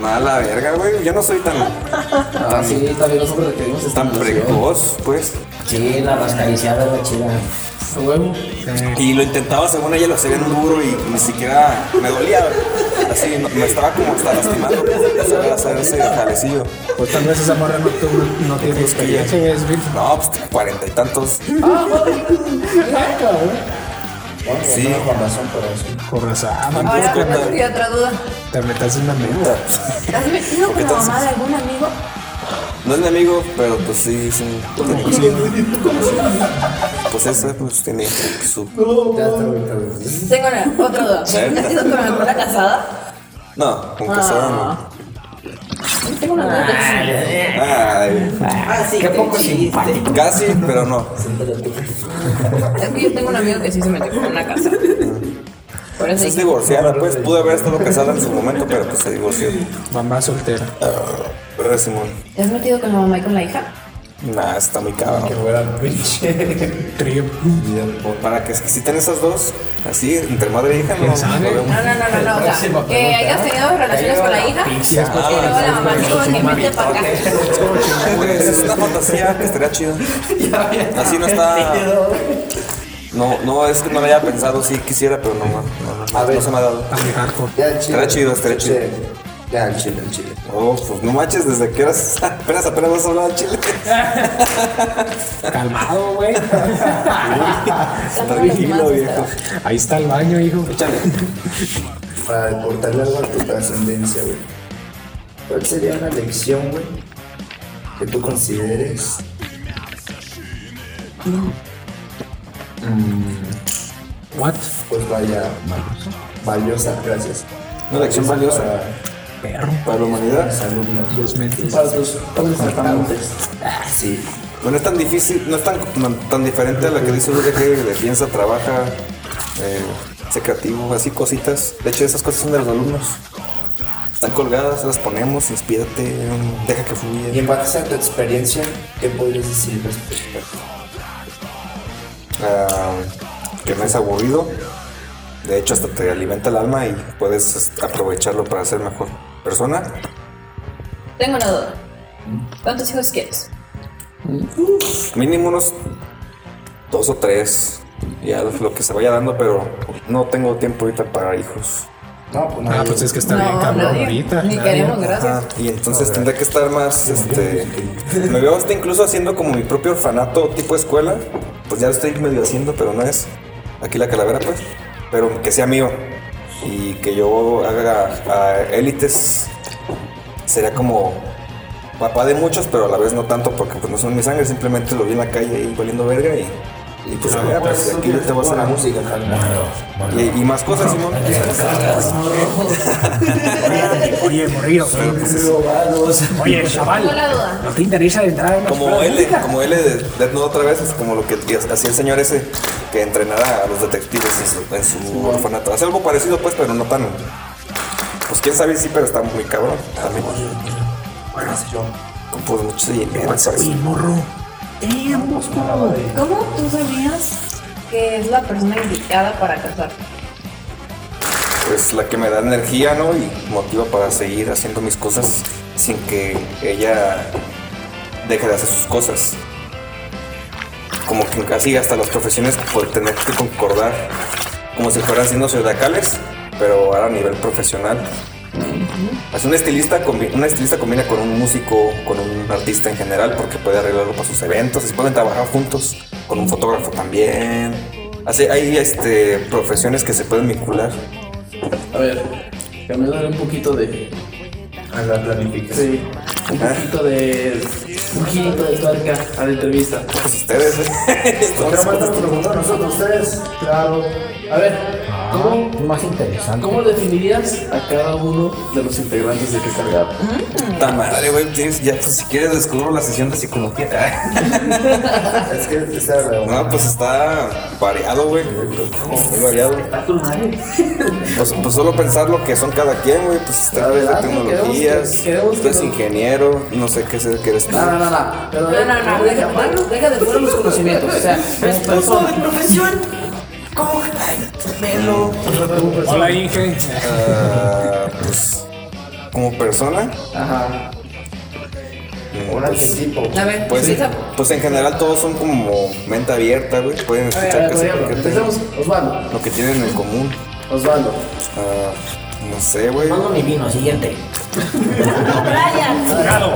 [SPEAKER 6] Nada, la verga, güey. Yo no soy tan,
[SPEAKER 8] Ah, sí, también nosotros requerimos
[SPEAKER 6] tan precoz, pues.
[SPEAKER 8] Sí, la rascariciada es la chida.
[SPEAKER 9] huevo.
[SPEAKER 6] Y lo intentaba según ella, lo hacía bien duro y ni siquiera me dolía. Así, no- me estaba como hasta lastimando pues, por hacer- hacer ese jalecillo.
[SPEAKER 3] Pues tal vez esa morra no, tuvo, no tiene experiencia, güey, es virgen.
[SPEAKER 6] No, pues cuarenta y tantos. Sí,
[SPEAKER 7] Con razón por eso.
[SPEAKER 3] Con razón. Ah, man,
[SPEAKER 5] Ahora
[SPEAKER 3] pues,
[SPEAKER 5] me surgió otra duda.
[SPEAKER 3] Te metas en una mierda.
[SPEAKER 5] ¿Has metido con la mamá de algún amigo?
[SPEAKER 6] no es mi amigo, pero pues sí, sí. Pues eso, pues tiene su
[SPEAKER 5] Tengo una, otra duda. ¿Has sido con alguna casada?
[SPEAKER 6] No, con casado
[SPEAKER 3] Ah.
[SPEAKER 6] no.
[SPEAKER 5] Tengo una duda.
[SPEAKER 6] Ay,
[SPEAKER 5] Ah, sí, qué poco simpático.
[SPEAKER 6] casi, pero no.
[SPEAKER 5] Es que yo tengo un amigo que sí se metió con una casada. Por eso
[SPEAKER 6] Es
[SPEAKER 5] dije,
[SPEAKER 6] divorciada, pues pudo haber estado casada en su momento, pero pues se divorció. Ah,
[SPEAKER 3] Mamá soltera.
[SPEAKER 6] Pero Simón,
[SPEAKER 5] ¿te has metido con la mamá y con la hija?
[SPEAKER 6] nah, está muy cabrón.
[SPEAKER 3] Trío.
[SPEAKER 6] Para que existen esas dos, así, entre madre e hija, no, no veo
[SPEAKER 5] No, no, no, no, no. O sea, que hayas tenido relaciones con la hija y
[SPEAKER 6] Ah,
[SPEAKER 5] luego la mamá dijo que vete para acá.
[SPEAKER 6] Pues, es una fantasía que estaría chido. Así no está. No, no, es que no lo haya pensado, sí quisiera, pero no, no, no, no, no se me ha dado.
[SPEAKER 3] A mi hardcore.
[SPEAKER 7] Ya el chile.
[SPEAKER 6] Estará chido, estará chido.
[SPEAKER 7] Sí. Ya el chile, el chile.
[SPEAKER 6] Oh, pues no manches, desde que eras. Apenas, apenas vas a hablar de Chile.
[SPEAKER 3] Calmado, güey.
[SPEAKER 5] La mamá de
[SPEAKER 6] Tranquilo,
[SPEAKER 5] tu madre.
[SPEAKER 6] viejo.
[SPEAKER 3] Ahí está el baño, hijo.
[SPEAKER 7] Para deportarle algo a tu trascendencia, güey. ¿Cuál sería una lección, güey? Que tú consideres.
[SPEAKER 3] Mm. What?
[SPEAKER 7] Pues vaya. Valiosa, gracias.
[SPEAKER 6] Una lección valiosa
[SPEAKER 7] Para
[SPEAKER 3] Perro.
[SPEAKER 6] para la humanidad.
[SPEAKER 7] los alumnos.
[SPEAKER 3] Los mentes.
[SPEAKER 7] Para tus padres faltantes. Sí.
[SPEAKER 6] Bueno, es tan difícil, Pues no es tan, no, tan diferente a la que dice Luria que de piensa, trabaja, eh, sé creativo, así cositas. De hecho, esas cosas son de los alumnos. Están colgadas, las ponemos, inspírate, mm, deja que fluya.
[SPEAKER 7] Y en base a tu experiencia, ¿qué podrías decir respecto?
[SPEAKER 6] Ah, que no es aburrido. De hecho, hasta te alimenta el alma y puedes es, aprovecharlo para ser mejor persona.
[SPEAKER 5] Tengo una duda. ¿Cuántos hijos quieres?
[SPEAKER 6] Pues, Mínimo unos dos o tres. Ya lo que se vaya dando, pero no tengo tiempo ahorita para hijos.
[SPEAKER 7] No, pues
[SPEAKER 3] Ah,
[SPEAKER 7] nadie.
[SPEAKER 3] pues es que está bien cabrón
[SPEAKER 5] nadie.
[SPEAKER 3] ahorita.
[SPEAKER 5] Ni
[SPEAKER 3] Nadie.
[SPEAKER 5] queremos,
[SPEAKER 6] Ajá,
[SPEAKER 5] gracias.
[SPEAKER 6] y entonces tendré que estar más, este, me veo hasta incluso haciendo como mi propio orfanato tipo escuela, pues ya lo estoy medio haciendo, pero no es aquí la calavera pues, pero que sea mío y que yo haga a élites, sería como papá de muchos, pero a la vez no tanto porque pues no son mi sangre, simplemente lo vi en la calle ahí valiendo verga y, y pues, a ver, pues, aquí yo te voy a hacer la música y, y más cosas, Simón.
[SPEAKER 3] Oye, oye, morrido. Oye,
[SPEAKER 5] Tengo
[SPEAKER 3] chaval.
[SPEAKER 5] la duda.
[SPEAKER 3] ¿No te interesa entrar en la
[SPEAKER 6] Como
[SPEAKER 3] escuela
[SPEAKER 6] L,
[SPEAKER 3] pública?
[SPEAKER 6] como L de Death Note otra vez, es como lo que hacía el señor ese que entrenara a los detectives en su, en su orfanato. Hace algo parecido pues, pero no tan. Pues quién sabe sí, pero está muy cabrón también. Con pues mucho dinero. parece.
[SPEAKER 3] Oye, morro. Eh, mosco.
[SPEAKER 5] ¿Cómo tú sabías que es la persona indicada para casarte?
[SPEAKER 6] Pues la que me da energía, ¿no? Y motiva para seguir haciendo mis cosas sin que ella deje de hacer sus cosas. Como que casi hasta las profesiones por tener que concordar, como si fueran siendo zodiacales, pero ahora a nivel profesional. Así un estilista, combi- un estilista combina con un músico, con un artista en general, porque puede arreglarlo para sus eventos, y pueden trabajar juntos. con un fotógrafo también. Así, hay este, profesiones que se pueden vincular.
[SPEAKER 9] A ver, cambiándole un poquito de.
[SPEAKER 7] A la planificación.
[SPEAKER 9] Sí, un poquito de. Un girito de tuerca a la entrevista.
[SPEAKER 6] Pues ustedes, ¿eh?
[SPEAKER 7] Otra más tan profundo nosotros, ustedes.
[SPEAKER 9] Claro. A ver, ¿cómo,
[SPEAKER 8] Más interesante.
[SPEAKER 9] ¿cómo definirías a cada uno de los integrantes de que cargado?
[SPEAKER 6] Puta madre, güey. tienes- Ya, pues si quieres, descubro la sesión de psicología.
[SPEAKER 7] Es que está redondo.
[SPEAKER 6] No, pues está variado, güey. Muy variado. Pues, pues solo pensar lo que son cada quien, güey. Pues está
[SPEAKER 9] La
[SPEAKER 6] desde
[SPEAKER 9] verdad,
[SPEAKER 6] tecnologías.
[SPEAKER 9] queremos que- queremos
[SPEAKER 6] tú
[SPEAKER 9] que Ah.
[SPEAKER 6] eres
[SPEAKER 9] no-
[SPEAKER 6] ingeniero, Ah, no sé qué, sé- qué eres tú.
[SPEAKER 9] No, no, no, no. Pero eh,
[SPEAKER 5] No, no, no, deja, deja, deja de fuera los conocimientos. O sea,
[SPEAKER 9] Es persona.
[SPEAKER 1] Hola, Inge.
[SPEAKER 6] Ah, pues como persona, Mm,
[SPEAKER 9] Ajá.
[SPEAKER 7] Un arquetipo.
[SPEAKER 5] a ver,
[SPEAKER 6] pues,
[SPEAKER 5] empieza.
[SPEAKER 6] pues en general todos son como mente abierta, güey. Pueden
[SPEAKER 9] A ver, a
[SPEAKER 6] escuchar
[SPEAKER 9] ver,
[SPEAKER 6] casi
[SPEAKER 9] por
[SPEAKER 6] lo
[SPEAKER 9] ejemplo,
[SPEAKER 6] que, tengan-
[SPEAKER 9] empecemos. Osvaldo.
[SPEAKER 6] lo que tienen en común.
[SPEAKER 9] Osvaldo.
[SPEAKER 6] Ah, no sé, güey.
[SPEAKER 8] Mando mi vino, siguiente.
[SPEAKER 5] Brian.
[SPEAKER 1] Jurado.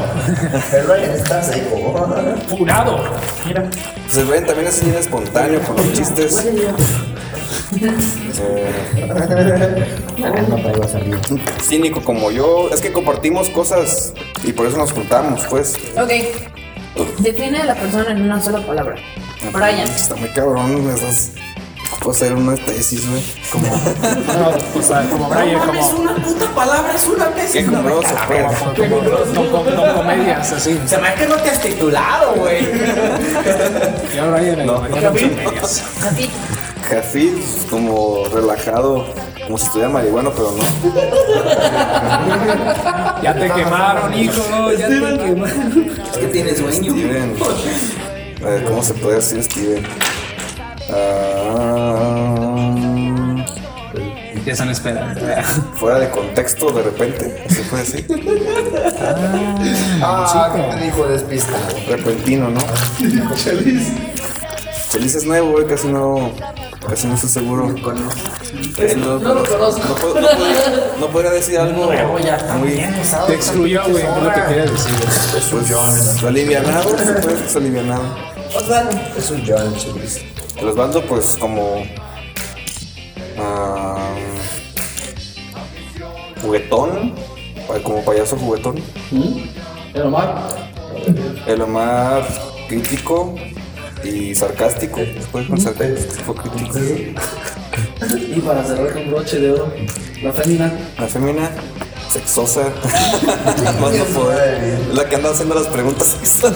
[SPEAKER 7] El Ryan está seco.
[SPEAKER 1] Jurado. Mira.
[SPEAKER 6] Pues el Brian también es bien espontáneo con los chistes. Eh,
[SPEAKER 8] No traigo salido.
[SPEAKER 6] cínico como yo. Es que compartimos cosas y por eso nos juntamos, pues.
[SPEAKER 5] Ok. Define a la persona en una sola palabra. Brian.
[SPEAKER 6] Está muy cabrón, me estás. Puedo hacer una tesis, güey. Como.
[SPEAKER 1] No, o sea, como Brian, como,
[SPEAKER 6] Qué pues. cumbroso,
[SPEAKER 1] Ah,
[SPEAKER 6] pero.
[SPEAKER 1] no, com- no comedias, así.
[SPEAKER 8] Se me hace que no te has titulado, güey.
[SPEAKER 1] Yo a Brian le llamo comedias.
[SPEAKER 5] Jafit.
[SPEAKER 6] Jafid, como relajado. Como si estuviera marihuana, pero no.
[SPEAKER 1] Ya te quemaron, hijo, ya te quemaron.
[SPEAKER 6] Es que tiene sueño. Steven. Eh, ¿Cómo se puede decir Steven? Ah,
[SPEAKER 3] Empiezan a esperar.
[SPEAKER 6] fuera de contexto, de repente. ¿Se puede decir?
[SPEAKER 7] Ah, ¿qué te dijo despistado?
[SPEAKER 6] repentino, ¿no? Feliz. Feliz es nuevo, güey, casi no. Casi no estoy seguro. Eh, no, no lo conozco. No, puedo- no podría, no podría decir algo muy
[SPEAKER 3] Te excluyó, güey. Es lo que quería decir.
[SPEAKER 6] pues, alivianado, se puede decir alivianado.
[SPEAKER 7] Es un John, chicos.
[SPEAKER 6] El Osvaldo, pues como. ah, juguetón. pa- Como payaso juguetón.
[SPEAKER 9] El Omar.
[SPEAKER 6] El Omar crítico y sarcástico. ¿Se puede con sarcástico crítico?
[SPEAKER 9] Y para cerrar con broche de oro, la femina.
[SPEAKER 6] La fémina sexosa. Más no poder. Es La que anda haciendo las preguntas
[SPEAKER 8] Sí,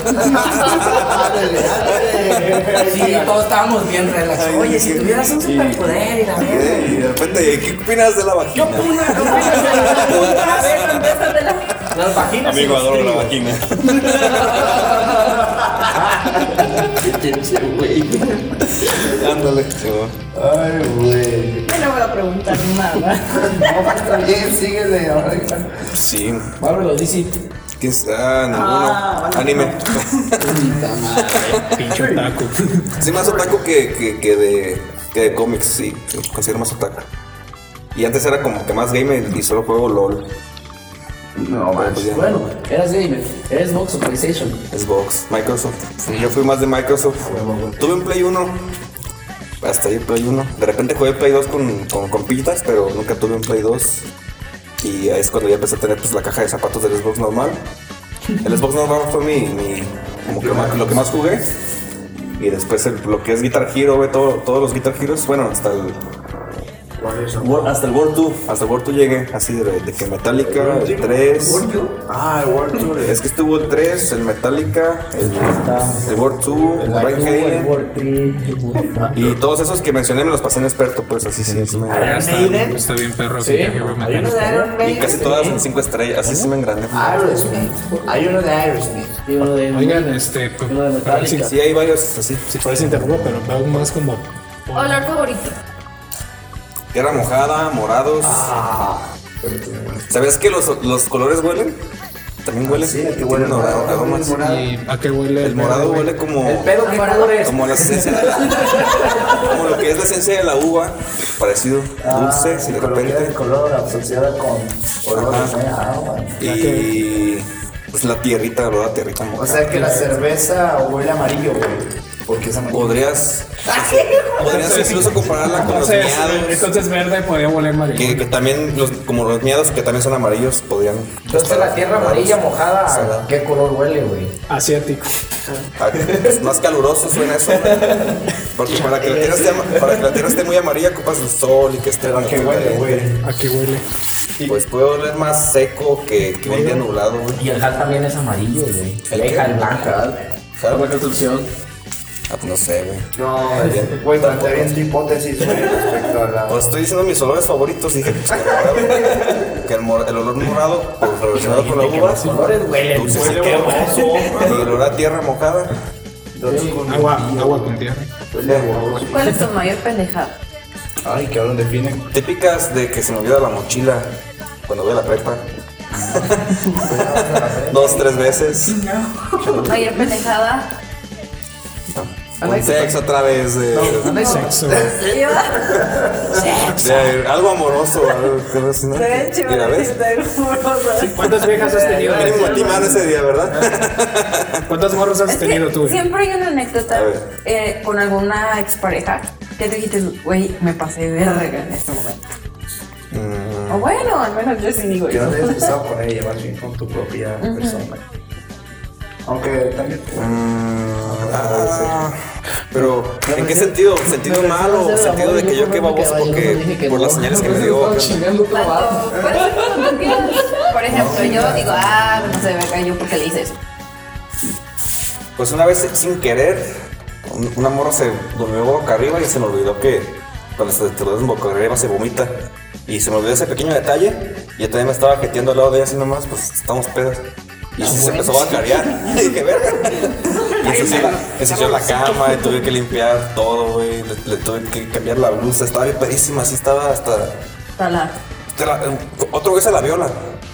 [SPEAKER 8] todos estábamos bien relajados. Oye, si tuvieras un superpoder y la
[SPEAKER 6] y
[SPEAKER 8] verga.
[SPEAKER 6] de repente, ¿qué opinas de la vagina?
[SPEAKER 5] A ver, contéstatela.
[SPEAKER 8] Las vaginas.
[SPEAKER 6] Amigo, adoro la vagina. Ándale.
[SPEAKER 7] Ay, güey.
[SPEAKER 5] Yo no voy a preguntar nada.
[SPEAKER 7] Está bien, síguele. ahora.
[SPEAKER 6] Sí.
[SPEAKER 9] Marvel lo dice.
[SPEAKER 6] ¿Quién es? Ah, ninguno. Anime.
[SPEAKER 3] Pinche taco.
[SPEAKER 6] Sí, más otaku que, que, que de, que de cómics, sí. sí, Considero más otaku. Y antes era como que más gamer y solo juego LOL. No, pues ya.
[SPEAKER 9] Bueno, eras gamer, eres Xbox o PlayStation.
[SPEAKER 6] Xbox, Microsoft. Sí, yo fui más de Microsoft. Tuve un Play 1. Hasta ahí Play 1. De repente jugué Play 2 con, con compitas, pero nunca tuve un Play 2. Y ahí es cuando ya empecé a tener pues, la caja de zapatos del Xbox normal. El Xbox normal fue mi, mi- como que más- lo que más jugué. Y después el- lo que es Guitar Hero, güey, todo- todos los Guitar Heroes, bueno, hasta el... Wor- Hasta el World 2, hasta el World 2 llegué, así de, de que Metallica, el 3,
[SPEAKER 7] Ah, el World Tour.
[SPEAKER 6] es que estuvo el 3, el Metallica, el, el World 2, el Brian Hayden.
[SPEAKER 7] Ah,
[SPEAKER 6] Y todos esos que mencioné me los pasé en experto, pues así sí. sí me engrandé.
[SPEAKER 3] Está, está bien, perro. Sí.
[SPEAKER 6] Y casi todas en 5 estrellas, así sí me engrandé.
[SPEAKER 7] Aerosmith. Hay uno de Aerosmith.
[SPEAKER 9] Y uno de.
[SPEAKER 3] Oigan, este. pues,
[SPEAKER 9] Uno de
[SPEAKER 3] perdón Si,
[SPEAKER 9] Metallica.
[SPEAKER 6] Sí, hay varios así.
[SPEAKER 3] si parece interrumpo, pero va más como.
[SPEAKER 5] Olor favorito.
[SPEAKER 6] Tierra mojada, morados.
[SPEAKER 7] Ah.
[SPEAKER 6] ¿Sabías que los, los colores huelen? También huelen.
[SPEAKER 7] Sí, el que
[SPEAKER 6] Tienen
[SPEAKER 7] huele Ah, morado.
[SPEAKER 6] aroma- aromas.
[SPEAKER 3] ¿Y a qué huele?
[SPEAKER 6] El morado huele como.
[SPEAKER 8] El pedo que cubres.
[SPEAKER 6] Como la esencia de la, Como lo que es la esencia de la uva. Parecido. Dulce,
[SPEAKER 7] Ah,
[SPEAKER 6] de
[SPEAKER 7] psicología
[SPEAKER 6] repente.
[SPEAKER 7] del color asociada con olores.
[SPEAKER 6] Ajá.
[SPEAKER 7] ¿eh? Ah, bueno.
[SPEAKER 6] Y pues la tierrita, la verdad, tierrita mojada.
[SPEAKER 7] O sea que la cerveza huele amarillo, güey. Porque esa manera.
[SPEAKER 6] Podrías, podrías incluso compararla con los
[SPEAKER 1] Entonces,
[SPEAKER 6] miados.
[SPEAKER 1] entonces verde podría volver
[SPEAKER 6] Que,
[SPEAKER 1] marihuana.
[SPEAKER 6] que también, los, como los miados que también son amarillos, podrían.
[SPEAKER 8] Entonces la tierra amarilla mojada, ¿a ¿qué color huele, güey?
[SPEAKER 1] Asiático.
[SPEAKER 6] Ah, es Más caluroso suena eso. ¿no? Porque para que, la tierra esté, ama- para que la tierra esté muy amarilla, ocupas el sol y que esté.
[SPEAKER 7] ¿A qué huele, güey?
[SPEAKER 1] Aquí huele.
[SPEAKER 6] Pues puede oler más seco que, que un día nublado, güey.
[SPEAKER 8] Y el jal también es amarillo, güey.
[SPEAKER 6] ¿El
[SPEAKER 8] El
[SPEAKER 6] qué?
[SPEAKER 8] jal blanco.
[SPEAKER 6] ¿Sabes?
[SPEAKER 9] La construcción.
[SPEAKER 6] Ah, pues no sé, güey.
[SPEAKER 7] No, güey, planteé bien tu hipótesis, güey, respecto a la.
[SPEAKER 6] O estoy diciendo mis olores favoritos y dije, pues, que el morado- que el, mor- el olor morado, pues, relacionado con la
[SPEAKER 8] Que
[SPEAKER 6] uva,
[SPEAKER 8] los colores huelen,
[SPEAKER 6] dulce
[SPEAKER 8] güey.
[SPEAKER 6] seco, y el olor a tierra mojada.
[SPEAKER 1] Agua, agua con tierra.
[SPEAKER 7] Huele a huevo.
[SPEAKER 5] ¿Cuál es tu mayor pendejada?
[SPEAKER 7] Ay, que hablan de fin.
[SPEAKER 6] Típicas de que se me olvida la mochila cuando voy a la prepa. Dos, tres veces.
[SPEAKER 5] Mayor pendejada.
[SPEAKER 6] Un sexo otra vez. eh, De,
[SPEAKER 1] Sexo.
[SPEAKER 6] de algo amoroso. algo que no es nada. Mira, ¿ves?
[SPEAKER 1] ¿Cuántas viejas has tenido?
[SPEAKER 6] Mínimo el timán ese día, ¿verdad?
[SPEAKER 1] ¿Cuántas morros has
[SPEAKER 5] Es que
[SPEAKER 1] tenido
[SPEAKER 8] eh?
[SPEAKER 1] tú?
[SPEAKER 5] Siempre hay una anécdota
[SPEAKER 6] A ver.
[SPEAKER 5] eh, con alguna expareja que te dijiste, güey, me pasé de verga en este momento.
[SPEAKER 6] Mm.
[SPEAKER 5] O bueno, al menos yo sí digo
[SPEAKER 7] Que no
[SPEAKER 5] eso.
[SPEAKER 7] te hayas besado con ella, más bien con tu propia persona. Aunque también.
[SPEAKER 6] Ah, pero, ¿en qué sentido? ¿Sentido
[SPEAKER 9] me
[SPEAKER 6] malo?
[SPEAKER 9] pareció
[SPEAKER 6] ¿Sentido de que yo
[SPEAKER 9] hacer
[SPEAKER 6] qué
[SPEAKER 9] el amor y yo
[SPEAKER 6] baboso?
[SPEAKER 9] por lo que bailé, yo
[SPEAKER 6] Porque
[SPEAKER 9] dije que
[SPEAKER 6] por las
[SPEAKER 9] no. Oh,
[SPEAKER 6] señales que me dio.
[SPEAKER 9] Estaba chingando otro vato.
[SPEAKER 5] Tanto- por eso cuando tú quieras, Por ejemplo, yo digo, ah, no sé, verga, yo porque le hice eso.
[SPEAKER 6] Pues una vez sin querer, un- una morra se durmió boca arriba y se me olvidó que cuando se te lo das boca arriba se vomita. Y se me olvidó ese pequeño detalle. Y yo también me estaba jeteando al lado de ella así nomás, pues estamos pedos. Y sí se empezó a clarear. Y dije, verga. Y ensució la, ensució la cama y tuve que limpiar todo, güey. Le, le tuve que cambiar la blusa. Estaba bien pedísima, así estaba hasta
[SPEAKER 5] Tala.
[SPEAKER 6] te la- eh, otro güey se la viola.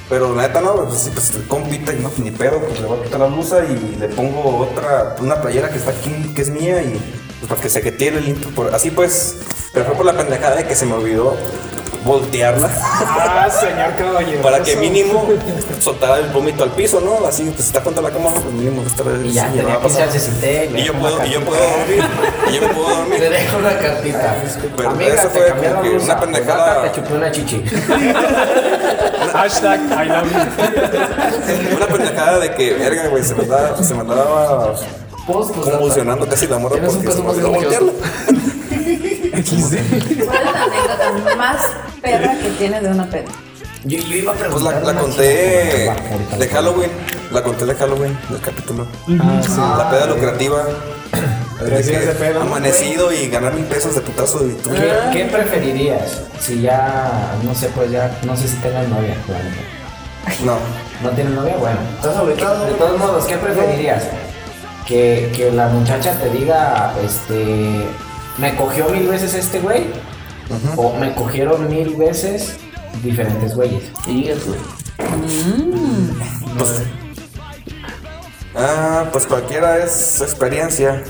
[SPEAKER 6] Pero la neta no, pues, sí, pues compita y no, ni pedo, pues le voy a quitar la blusa y le pongo otra, una playera que está aquí, que es mía y pues para que se que tiene limpio. Por, así pues, pero fue por la pendejada de que se me olvidó voltearla
[SPEAKER 1] Ah, señor caballero.
[SPEAKER 6] para que mínimo soltara el vómito al piso, ¿no? Así, pues está contra la cama, pues mínimo esta vez
[SPEAKER 8] Y ya,
[SPEAKER 6] sí, va
[SPEAKER 8] tenía
[SPEAKER 6] a
[SPEAKER 8] 15
[SPEAKER 6] pasar.
[SPEAKER 8] al
[SPEAKER 6] Y
[SPEAKER 8] CCT, le
[SPEAKER 6] yo
[SPEAKER 8] dejó una
[SPEAKER 6] puedo, y yo
[SPEAKER 8] cartita.
[SPEAKER 6] puedo dormir, y yo puedo dormir.
[SPEAKER 8] Le dejo una cartita.
[SPEAKER 6] Pero
[SPEAKER 8] Amiga,
[SPEAKER 6] eso
[SPEAKER 8] te
[SPEAKER 6] fue
[SPEAKER 8] cambié la
[SPEAKER 6] como que
[SPEAKER 8] blusa.
[SPEAKER 6] una pendejada.
[SPEAKER 8] Pues, Te chupé una chichi.
[SPEAKER 1] Hashtag I love you.
[SPEAKER 6] Una pendejada de que, verga, güey, se me andaba, se me andaba
[SPEAKER 9] Post, Pues, o sea,
[SPEAKER 6] convulsionando casi la morra
[SPEAKER 9] Tienes un
[SPEAKER 6] porque se me
[SPEAKER 9] peso más
[SPEAKER 6] olvidó
[SPEAKER 9] grande que
[SPEAKER 6] voltearla.
[SPEAKER 9] otro.
[SPEAKER 5] ¿Cuál es la anécdota más perra que tienes de una peda?
[SPEAKER 8] Yo, yo iba a
[SPEAKER 6] Pues
[SPEAKER 8] preguntar.
[SPEAKER 6] la, la
[SPEAKER 8] una
[SPEAKER 6] conté
[SPEAKER 8] chichi. Ahorita
[SPEAKER 6] de
[SPEAKER 8] lo-
[SPEAKER 6] Halloween, la conté de Halloween, del capítulo.
[SPEAKER 9] Ah,
[SPEAKER 6] La peda lucrativa.
[SPEAKER 1] Tres
[SPEAKER 6] de
[SPEAKER 1] días de pedo.
[SPEAKER 6] Amanecido y ganar mil pesos de putazo y tú.
[SPEAKER 9] Ah.
[SPEAKER 8] ¿Qué, qué preferirías? Si ya, no sé, pues ya, no sé si tengas novia, la neta.
[SPEAKER 6] No.
[SPEAKER 8] ¿No tienes novia? Bueno.
[SPEAKER 7] ¿Estás obligado?
[SPEAKER 8] De todos modos, ¿qué preferirías? Que, que la muchacha te diga, este, me cogió mil veces este güey, o me cogieron mil veces diferentes güeyes.
[SPEAKER 9] Y eso.
[SPEAKER 6] Ah, pues cualquiera es experiencia.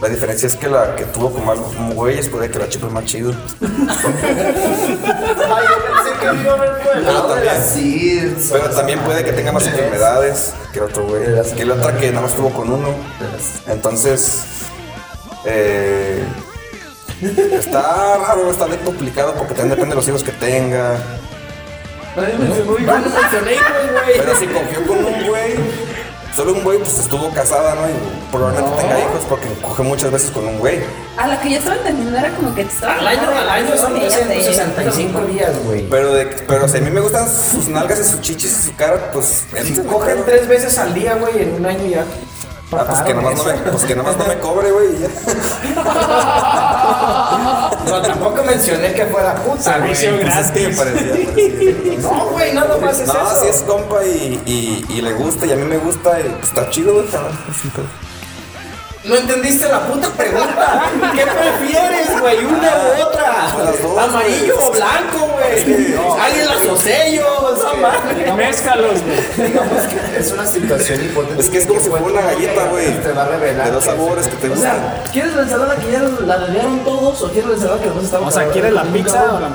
[SPEAKER 6] La diferencia es que la que tuvo como algo como güeyes puede que la chupe más chido. Pero también,
[SPEAKER 7] Ah, Sí,
[SPEAKER 6] Pero también puede que tenga más enfermedades que otro güey. Que la otra que nada más estuvo con uno. Entonces. eh, está raro, está bien complicado porque también depende de los hijos que tenga. Pero si confió con un güey. Solo un güey pues estuvo casada, ¿no? Y probablemente tenga hijos porque coge muchas veces con un güey.
[SPEAKER 5] A la que yo estaba entendiendo era como que te estaba.
[SPEAKER 8] Al año, al año son
[SPEAKER 5] Ella te-
[SPEAKER 8] 365 días, güey.
[SPEAKER 6] Pero de, pero si a mí me gustan sus nalgas y sus chichis y su cara, pues.
[SPEAKER 8] Si
[SPEAKER 6] entonces,
[SPEAKER 8] cogen tres veces al día, güey, en un año ya.
[SPEAKER 6] Ah, pues que nomás no me, pues que nomás no me cobre, güey. y ya.
[SPEAKER 8] No, tampoco mencioné que fuera puta, güey.
[SPEAKER 1] Servicio
[SPEAKER 6] Pues es
[SPEAKER 1] gratis.
[SPEAKER 6] que parecía- parecía.
[SPEAKER 3] pues,
[SPEAKER 8] No, güey, no nomás es
[SPEAKER 6] No,
[SPEAKER 8] Pues eso.
[SPEAKER 6] si es compa y, y, y le gusta y a mí me gusta, y, pues, está chido, güey. cabrón.
[SPEAKER 8] No entendiste la puta pregunta. ¿Qué prefieres, güey? ¿Una u otra?
[SPEAKER 6] Ah, Las dos,
[SPEAKER 8] ¿Amarillo o blanco, güey? ¿Alguien las los sellos?
[SPEAKER 10] Mézcalos, güey.
[SPEAKER 7] Digamos que es una situación hipotética.
[SPEAKER 6] Es que es como si fuera una galleta, güey.
[SPEAKER 7] Te va a revelar.
[SPEAKER 6] De dos
[SPEAKER 7] que-
[SPEAKER 6] sabores que te
[SPEAKER 9] O
[SPEAKER 6] gustan.
[SPEAKER 9] sea, ¿quieres la ensalada que ya la debieron todos o quieres la ensalada que vos estamos
[SPEAKER 10] O sea, ¿quieres la pizza o la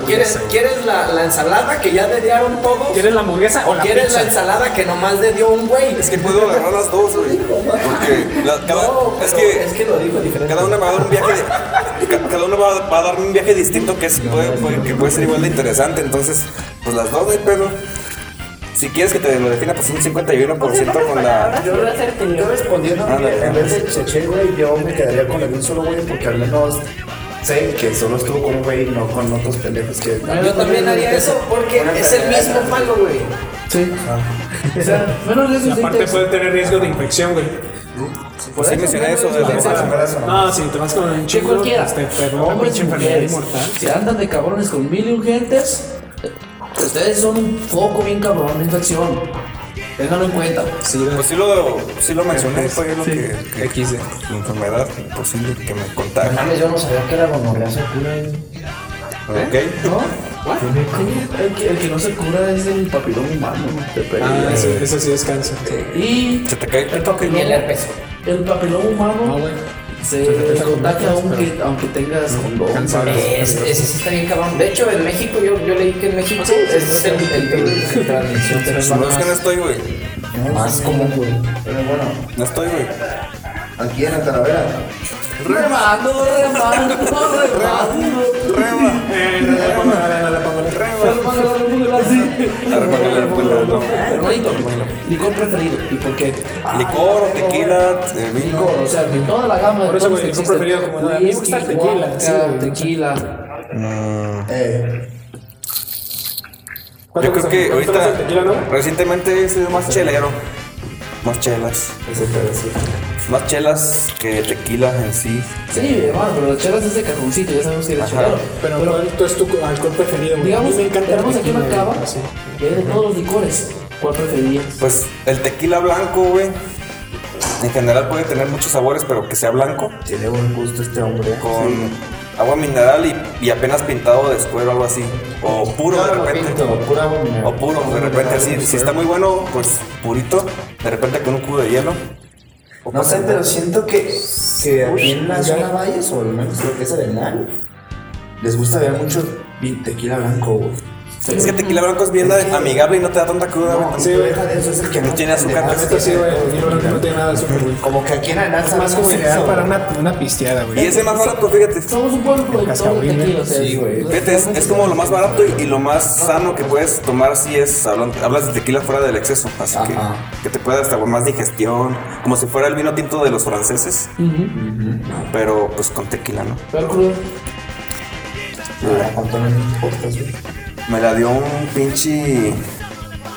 [SPEAKER 8] ¿Quieres,
[SPEAKER 10] hamburguesa? güey?
[SPEAKER 8] ¿Quieres la, la ensalada que ya dediaron todos?
[SPEAKER 10] ¿Quieres la hamburguesa o la
[SPEAKER 8] ¿Quieres la
[SPEAKER 10] pizza?
[SPEAKER 8] ensalada que nomás le dio un güey?
[SPEAKER 6] Es que puedo agarrar las dos, güey. Porque la- cada,
[SPEAKER 8] No,
[SPEAKER 6] es
[SPEAKER 8] pero
[SPEAKER 6] que
[SPEAKER 8] es que lo digo diferente.
[SPEAKER 6] cada una va a dar un viaje. ca- Cada una va, va a dar un viaje distinto que, es- puede, puede- que puede ser igual de interesante. Entonces, pues las dos, güey, pero. Si quieres que te lo defina, pues un 51% con la.
[SPEAKER 5] Yo voy a hacer
[SPEAKER 7] Yo respondiendo,
[SPEAKER 6] Ándale.
[SPEAKER 7] en vez de Cheche, güey, yo me quedaría con el de un solo güey porque al menos sé que solo estuvo con un güey y no con otros pendejos que.
[SPEAKER 8] Yo también haría eso porque es el mismo palo, güey.
[SPEAKER 9] O sea, menos de
[SPEAKER 10] Y
[SPEAKER 9] esos
[SPEAKER 10] Aparte puede tener riesgo de infección, güey.
[SPEAKER 6] Pues sí mencioné eso, güey.
[SPEAKER 10] No, si te vas con un
[SPEAKER 9] Que
[SPEAKER 10] chico,
[SPEAKER 9] cualquiera.
[SPEAKER 10] pues, te pegó una
[SPEAKER 9] Hombres
[SPEAKER 10] pinche
[SPEAKER 9] y
[SPEAKER 10] enfermedad
[SPEAKER 9] mujeres.
[SPEAKER 10] mortal.
[SPEAKER 9] Si andan de cabrones con mil y urgentes, eh, ustedes son un foco bien cabrón de infección. Ténganlo en cuenta.
[SPEAKER 6] Pues sí lo, sí lo mencioné, fue lo que, que quise. La enfermedad posible que me contagie.
[SPEAKER 8] Mames, yo no sabía que era gonorrea se cura.
[SPEAKER 10] ¿Eh?
[SPEAKER 6] ¿Ok?
[SPEAKER 9] ¿No? El que, el que no se cura es el papilón humano. de perro.
[SPEAKER 10] Ah, eso, eso sí es cáncer.
[SPEAKER 9] Y
[SPEAKER 6] Eh, Se te cae
[SPEAKER 9] el papilón, el papilón humano
[SPEAKER 3] No, güey.
[SPEAKER 9] se contagia aunque, aunque tengas condón.
[SPEAKER 3] Cáncer.
[SPEAKER 8] Es- Ese sí está bien cabrón. De hecho, en México, yo, yo leí que en México ese es el, el virus de transmisión
[SPEAKER 6] No, es que no
[SPEAKER 8] sexual.
[SPEAKER 6] estoy, güey.
[SPEAKER 7] Más común, güey. Pero bueno,
[SPEAKER 6] No estoy, güey.
[SPEAKER 7] aquí en la Talavera.
[SPEAKER 9] Remando, remando, remando. Remando, remando, así. Hermanito, licor preferido. ¿Y por qué?
[SPEAKER 6] Licor, tequila, eh, vino.
[SPEAKER 9] Licor, o sea, de toda la gama de
[SPEAKER 10] Por eso,
[SPEAKER 9] todos
[SPEAKER 10] güey,
[SPEAKER 9] los que
[SPEAKER 10] licor preferido,
[SPEAKER 9] existen.
[SPEAKER 10] como nada, a mí me
[SPEAKER 9] Whisky,
[SPEAKER 10] gusta el tequila,
[SPEAKER 9] vodka,
[SPEAKER 10] sí, güey.
[SPEAKER 9] tequila.
[SPEAKER 6] Yo
[SPEAKER 10] ¿Cuánto
[SPEAKER 6] creo
[SPEAKER 10] cuesta-
[SPEAKER 6] que
[SPEAKER 10] cuánto cuesta el
[SPEAKER 6] ahorita
[SPEAKER 10] tequila, no?
[SPEAKER 6] recientemente he sido más chelero. Más chelas. Más chelas que tequila en sí.
[SPEAKER 9] Sí, hermano, pero las chelas es de carboncito, ya sabemos que es
[SPEAKER 6] Ajá.
[SPEAKER 9] chelero.
[SPEAKER 10] Pero, ¿cuál es tu alcohol preferido, güey? A mí
[SPEAKER 9] Digamos,
[SPEAKER 10] me encanta el
[SPEAKER 9] tenemos aquí una
[SPEAKER 10] tequila,
[SPEAKER 9] cava
[SPEAKER 10] güey, así.
[SPEAKER 9] que es de todos los licores. ¿Cuál preferirías?
[SPEAKER 6] Pues el tequila blanco, güey. En general puede tener muchos sabores, pero que sea blanco.
[SPEAKER 7] Tiene buen gusto este hombre.
[SPEAKER 6] Con agua mineral y, y apenas pintado de escuero, algo así. O puro de repente.
[SPEAKER 7] Pura bomba.
[SPEAKER 6] O puro, de repente, si, si está muy bueno, pues purito, de repente con un cubo de hielo.
[SPEAKER 7] No sé, pero siento que, que aquí en la zona valles, o al menos lo que es Arenal, les gusta ver mucho vi- tequila blanco, güey.
[SPEAKER 6] Es que tequila blanco es bien amigable y no te da tanta cruda, güey.
[SPEAKER 10] Ah, sí, güey.
[SPEAKER 7] deja de eso, es el que
[SPEAKER 6] No tiene azúcar,
[SPEAKER 7] más
[SPEAKER 6] casi
[SPEAKER 10] Esto sí,
[SPEAKER 7] te-
[SPEAKER 10] güey, el libro no tiene nada de súper, güey.
[SPEAKER 7] Como que aquí en Arenal
[SPEAKER 3] Es más como ideal para una, una pisteada,
[SPEAKER 6] Y
[SPEAKER 3] güey.
[SPEAKER 6] ese más barato, fíjate.
[SPEAKER 9] Somos un pueblo productor de
[SPEAKER 3] cascabel,
[SPEAKER 9] tequila, o sea,
[SPEAKER 7] Sí, güey.
[SPEAKER 9] nosotros
[SPEAKER 6] Fíjate, es,
[SPEAKER 9] somos
[SPEAKER 6] es
[SPEAKER 9] un-
[SPEAKER 6] como lo más barato y, y lo más sano que puedes tomar si es, hablan- hablas de tequila fuera del exceso, así que, que te puede dar hasta más digestión, como si fuera el vino tinto de los franceses, pero pues con tequila, ¿no?
[SPEAKER 9] Peor crudo.
[SPEAKER 7] Ah,
[SPEAKER 6] Me la dio un pinche...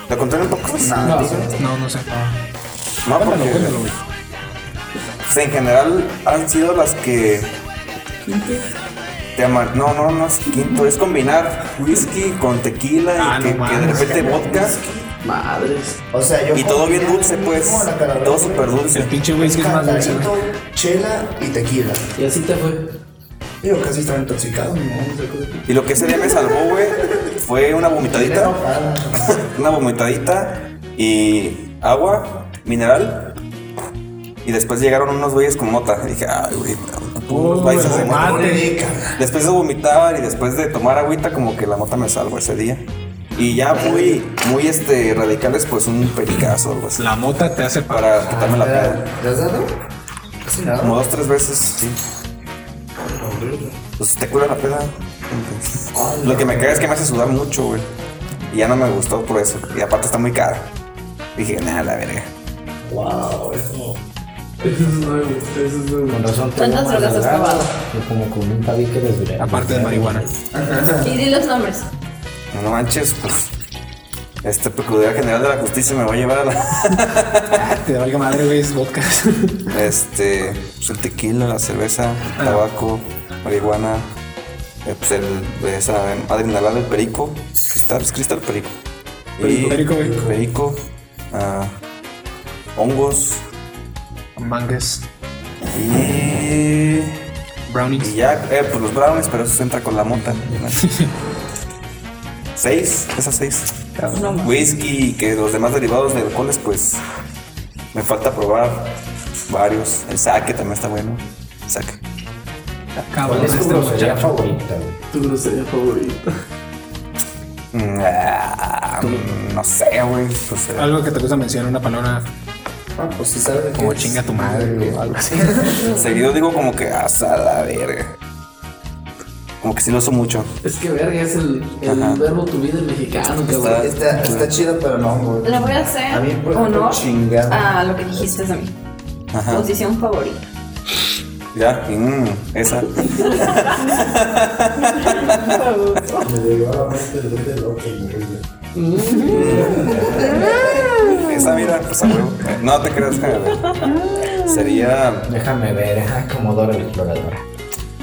[SPEAKER 6] ¿La conté en un poco?
[SPEAKER 7] Nada, tío.
[SPEAKER 3] No, no sé.
[SPEAKER 6] No, porque pues, en general han sido las que te aman. No, no, no es quinto. Es combinar whisky con tequila y
[SPEAKER 3] Ah, no
[SPEAKER 6] que, que de
[SPEAKER 3] mames.
[SPEAKER 6] repente vodka
[SPEAKER 9] Madres.
[SPEAKER 7] O sea, yo
[SPEAKER 6] y todo bien
[SPEAKER 7] combiné
[SPEAKER 6] dulce,
[SPEAKER 7] lo
[SPEAKER 6] pues.
[SPEAKER 7] mismo a la Talavera,
[SPEAKER 6] Todo
[SPEAKER 7] güey.
[SPEAKER 6] súper dulce.
[SPEAKER 3] El pinche whisky es más dulce, güey.
[SPEAKER 7] Caldadito, chela y tequila.
[SPEAKER 9] Y así te fue.
[SPEAKER 7] Yo casi estaba intoxicado, ¿no?
[SPEAKER 6] Y lo que ese día me salvó, güey, fue una vomitadita. Una vomitadita y agua, mineral. Y después llegaron unos güeyes con mota. Y dije, ay, Pues, güey, puros paisas de mota. Después de vomitar y después de tomar agüita, como que la mota me salvó ese día. Y ya muy, muy este, radicales, pues un pericazo o algo así.
[SPEAKER 3] La mota te hace Ah, para.
[SPEAKER 6] Para quitarme la peda.
[SPEAKER 7] ¿Te has dado? ¿Has dado?
[SPEAKER 6] Como dos, tres veces, sí. Pues te cura la peda. Entonces, Lo que me caga es que me hace sudar mucho, güey. Y ya no me gustó por eso. Y aparte está muy cara. Dije, nada, la verga.
[SPEAKER 8] Con razón, te
[SPEAKER 5] ¿Cuántas
[SPEAKER 8] llaman
[SPEAKER 5] drogas has
[SPEAKER 8] drogado.
[SPEAKER 5] probado?
[SPEAKER 8] Yo como que nunca vi que les duré.
[SPEAKER 3] Aparte de marihuana.
[SPEAKER 5] Y di los nombres.
[SPEAKER 6] No manches, pues. Este Procuraduría General de la Justicia me va a llevar a la.
[SPEAKER 3] Te valga madre, güey, es vodka.
[SPEAKER 6] este. Pues el tequila, la cerveza, el
[SPEAKER 3] Ah.
[SPEAKER 6] tabaco, marihuana. eh, pues el. Esa eh, adrenalina del perico. Cristal, es cristal perico.
[SPEAKER 3] Perico, perico, güey.
[SPEAKER 6] Perico. ah, hongos.
[SPEAKER 3] Mangas.
[SPEAKER 6] Y.
[SPEAKER 3] Brownies.
[SPEAKER 6] Y ya, eh, pues los brownies, pero eso se entra con la mota. Seis, esas seis. Whisky y que los demás derivados de alcoholes, pues me falta probar varios. El saque también está bueno. Saque.
[SPEAKER 3] Cabrón,
[SPEAKER 8] es tu
[SPEAKER 3] este
[SPEAKER 8] grosería
[SPEAKER 3] muchacho.
[SPEAKER 8] favorita?
[SPEAKER 10] Tu grosería favorita.
[SPEAKER 6] Mm, ah, mm, no sé, güey. No sé.
[SPEAKER 3] Algo que te gusta mencionar, una palabra
[SPEAKER 7] Ah, pues sí sabes de qué
[SPEAKER 3] como
[SPEAKER 7] es.
[SPEAKER 3] chinga tu madre o algo así.
[SPEAKER 6] Seguido digo como que hasta la verga. Como que sí lo uso mucho.
[SPEAKER 9] Es que verga, es el, el
[SPEAKER 6] Ajá.
[SPEAKER 9] verbo tu vida en mexicano,
[SPEAKER 6] Está-
[SPEAKER 9] cabrón.
[SPEAKER 7] Está, está chido, pero no, güey.
[SPEAKER 5] Le voy a
[SPEAKER 7] A Ah. mí,
[SPEAKER 5] hacer
[SPEAKER 7] por ejemplo,
[SPEAKER 5] honor
[SPEAKER 7] chingada.
[SPEAKER 5] a lo que dijiste de mí.
[SPEAKER 6] Ajá.
[SPEAKER 5] Posición favorita.
[SPEAKER 6] Ya, y, mm, esa.
[SPEAKER 7] Me llegó a la mente el de lo que me ríe.
[SPEAKER 6] Esa, mira, pues a huevo. No te creas que ver. Sería.
[SPEAKER 8] Déjame ver, ajá, como Dora la exploradora.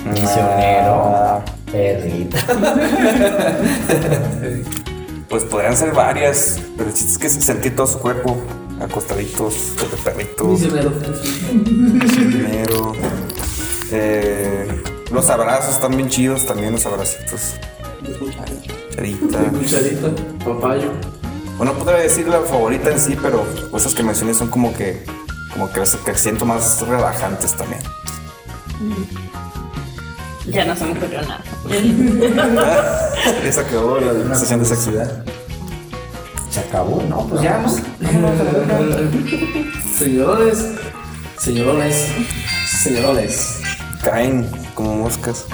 [SPEAKER 6] ah,
[SPEAKER 8] Misionero, perrito.
[SPEAKER 6] Pues podrían ser varias, pero el chiste es que sentí todo su cuerpo, acostaditos, de perritos,
[SPEAKER 9] Misionero.
[SPEAKER 6] dinero. Eh, los abrazos están bien chidos también, los abracitos. Carita.
[SPEAKER 9] Cucharita, papayo.
[SPEAKER 6] Bueno, podría decir la favorita en sí, pero esas que mencioné son como que, como que las que siento más relajantes también.
[SPEAKER 5] Ya no se me ocurrió nada.
[SPEAKER 6] Esa quedó la sensación de sexualidad.
[SPEAKER 8] Se acabó, ¿no? Pues ya, ¿no?
[SPEAKER 9] Señores, señores, señores.
[SPEAKER 6] Caen como moscas.